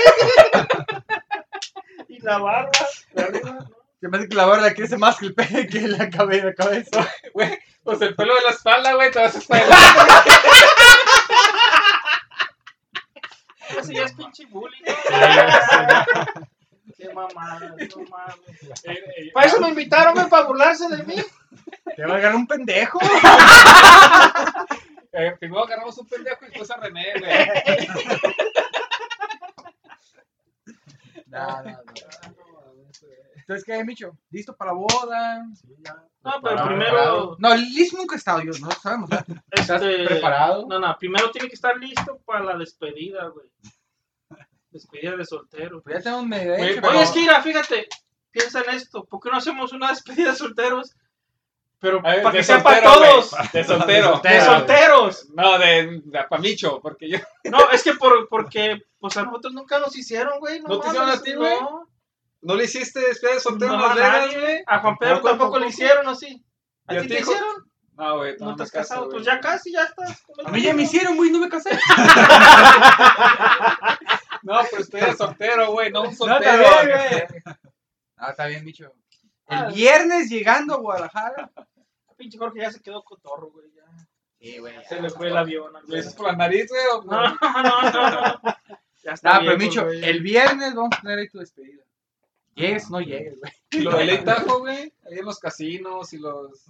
Speaker 7: Y la barba. de arriba, ¿no?
Speaker 5: Se me hace que la barba crece más que el pelo que la cabeza. La cabeza.
Speaker 2: Pues el pelo de la espalda, güey, te vas a estar.
Speaker 7: Eso ya es pinche bullying. ¿no? Qué mamada, no mames. Para eso me invitaron, güey, para burlarse de mí.
Speaker 5: Te va a agarrar un pendejo.
Speaker 2: Eh, primero agarramos un pendejo y después a René, güey.
Speaker 5: No, no, no. Entonces, ¿qué, Micho? ¿Listo para boda?
Speaker 7: No, pero
Speaker 5: Preparado.
Speaker 7: primero.
Speaker 5: No, listo nunca he estado yo, no sabemos. ¿no? ¿Estás
Speaker 7: este,
Speaker 5: preparado?
Speaker 7: No, no, primero tiene que estar listo para la despedida, güey. Despedida de soltero.
Speaker 5: Pues ya tenemos medio
Speaker 2: Güey,
Speaker 5: hecho.
Speaker 2: pero-
Speaker 7: Oye, es que mira, fíjate, piensa en esto. ¿Por qué no hacemos una despedida de solteros? Pero
Speaker 2: A ver,
Speaker 7: para
Speaker 2: de
Speaker 7: que sea para
Speaker 2: soltero, güey.
Speaker 7: todos.
Speaker 2: De soltero.
Speaker 7: De solteros.
Speaker 2: No, de, de Pamicho, porque yo.
Speaker 7: No, es que por, porque pues a nosotros nunca nos hicieron, güey. No,
Speaker 2: ¿No te hicieron
Speaker 7: mames,
Speaker 2: a ti,
Speaker 7: no.
Speaker 2: güey? ¿No le hiciste despedida de soltero en
Speaker 7: No,
Speaker 2: Las
Speaker 7: a
Speaker 2: Vegas,
Speaker 7: nadie.
Speaker 2: güey?
Speaker 7: A Juan Pedro
Speaker 2: Tampoco,
Speaker 7: tampoco, le
Speaker 2: tampoco.
Speaker 7: hicieron, ¿o sí? ¿A
Speaker 2: ¿Y a
Speaker 7: ti
Speaker 2: ti,
Speaker 7: te
Speaker 2: hijo?
Speaker 7: hicieron?
Speaker 2: No, güey,
Speaker 7: No,
Speaker 2: me
Speaker 7: te has
Speaker 2: caso,
Speaker 7: casado.
Speaker 2: güey.
Speaker 7: Pues ya casi, ya estás.
Speaker 5: A mí ya me hicieron, güey, no me casé.
Speaker 2: No, pero estoy de soltero, güey, no un
Speaker 5: No,
Speaker 2: soltero.
Speaker 5: está bien, güey. No, está bien, Micho.
Speaker 7: Ah.
Speaker 5: El viernes llegando a Guadalajara.
Speaker 7: Pinche Jorge ya se quedó cotorro, güey. ya. Pues,
Speaker 5: Sí, güey. ya.
Speaker 7: Se le fue el avión. al
Speaker 2: ¿Le
Speaker 7: güey.
Speaker 2: dices por la nariz, güey? o por-
Speaker 7: No, no, no, no. Ya está.
Speaker 5: Ah,
Speaker 7: viejo,
Speaker 5: pero Micho,
Speaker 7: güey.
Speaker 5: el viernes vamos a tener ahí tu despedida. Llegues, no llegues, güey.
Speaker 2: Y Lo del Tajo, güey. Ahí en los casinos y los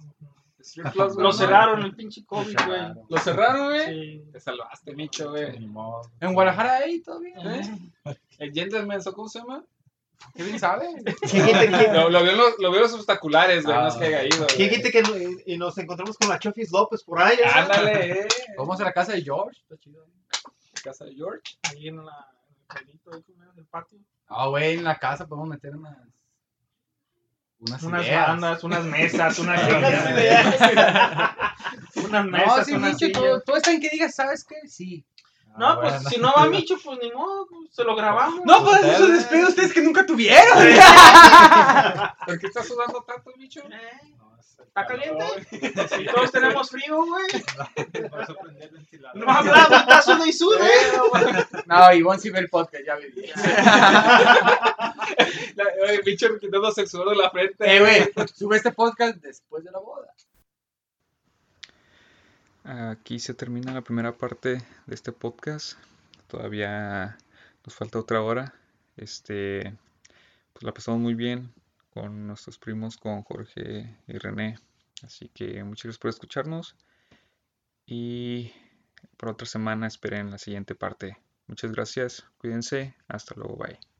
Speaker 2: strip clubs, güey,
Speaker 7: Lo
Speaker 2: ¿no?
Speaker 7: cerraron el pinche COVID, güey.
Speaker 2: Lo cerraron, güey.
Speaker 7: Sí.
Speaker 2: Te salvaste, Micho, güey.
Speaker 6: Ni modo.
Speaker 5: En Guadalajara ahí todo bien.
Speaker 2: ¿Eh? El gentleman, ¿so ¿cómo se llama?
Speaker 5: ¿Qué bien sabe?
Speaker 2: Lo, lo veo en los, lo veo en los obstaculares, güey.
Speaker 6: Ah.
Speaker 2: no es que haya ido, güey.
Speaker 8: ¿Quién quita que no- y nos encontramos con la Chofis López por ahí? ¿sabes?
Speaker 2: Ándale, eh.
Speaker 5: Vamos a la casa de George. Está chido.
Speaker 2: Casa de George.
Speaker 7: Ahí en la. en el caminito, ahí como en el patio.
Speaker 5: Ah, güey, en la casa podemos meter unas. Unas,
Speaker 7: Unas
Speaker 5: ideas.
Speaker 7: bandas, unas mesas, unas
Speaker 8: Unas
Speaker 7: sillas. unas mesas,
Speaker 5: No, sí,
Speaker 7: unas
Speaker 5: Micho,
Speaker 7: sillas.
Speaker 5: todo, todo está en que digas, ¿sabes qué? Sí.
Speaker 7: No, pues si no va Micho, pues ni modo, pues, se lo grabamos.
Speaker 5: Ah, No, pues
Speaker 2: Ustedes.
Speaker 5: esos despidos ustedes que nunca tuvieron.
Speaker 2: ¿Por qué estás sudando tanto, Micho?
Speaker 7: Eh, ¿Está caliente? Si todos tenemos frío, güey.
Speaker 6: Vas a prender el ventilador.
Speaker 7: No hablamos, está solo y sude.
Speaker 5: no, Ivonne sí ve el podcast, ya vi.
Speaker 2: La, oye, Micho quitándose el sudor de la frente.
Speaker 5: Eh, güey, sube este podcast después de la boda.
Speaker 2: Aquí se termina la primera parte de este podcast. Todavía nos falta otra hora. Este, pues la pasamos muy bien con nuestros primos, con Jorge y René. Así que muchas gracias por escucharnos. Y para otra semana esperen la siguiente parte. Muchas gracias, cuídense, hasta luego, bye.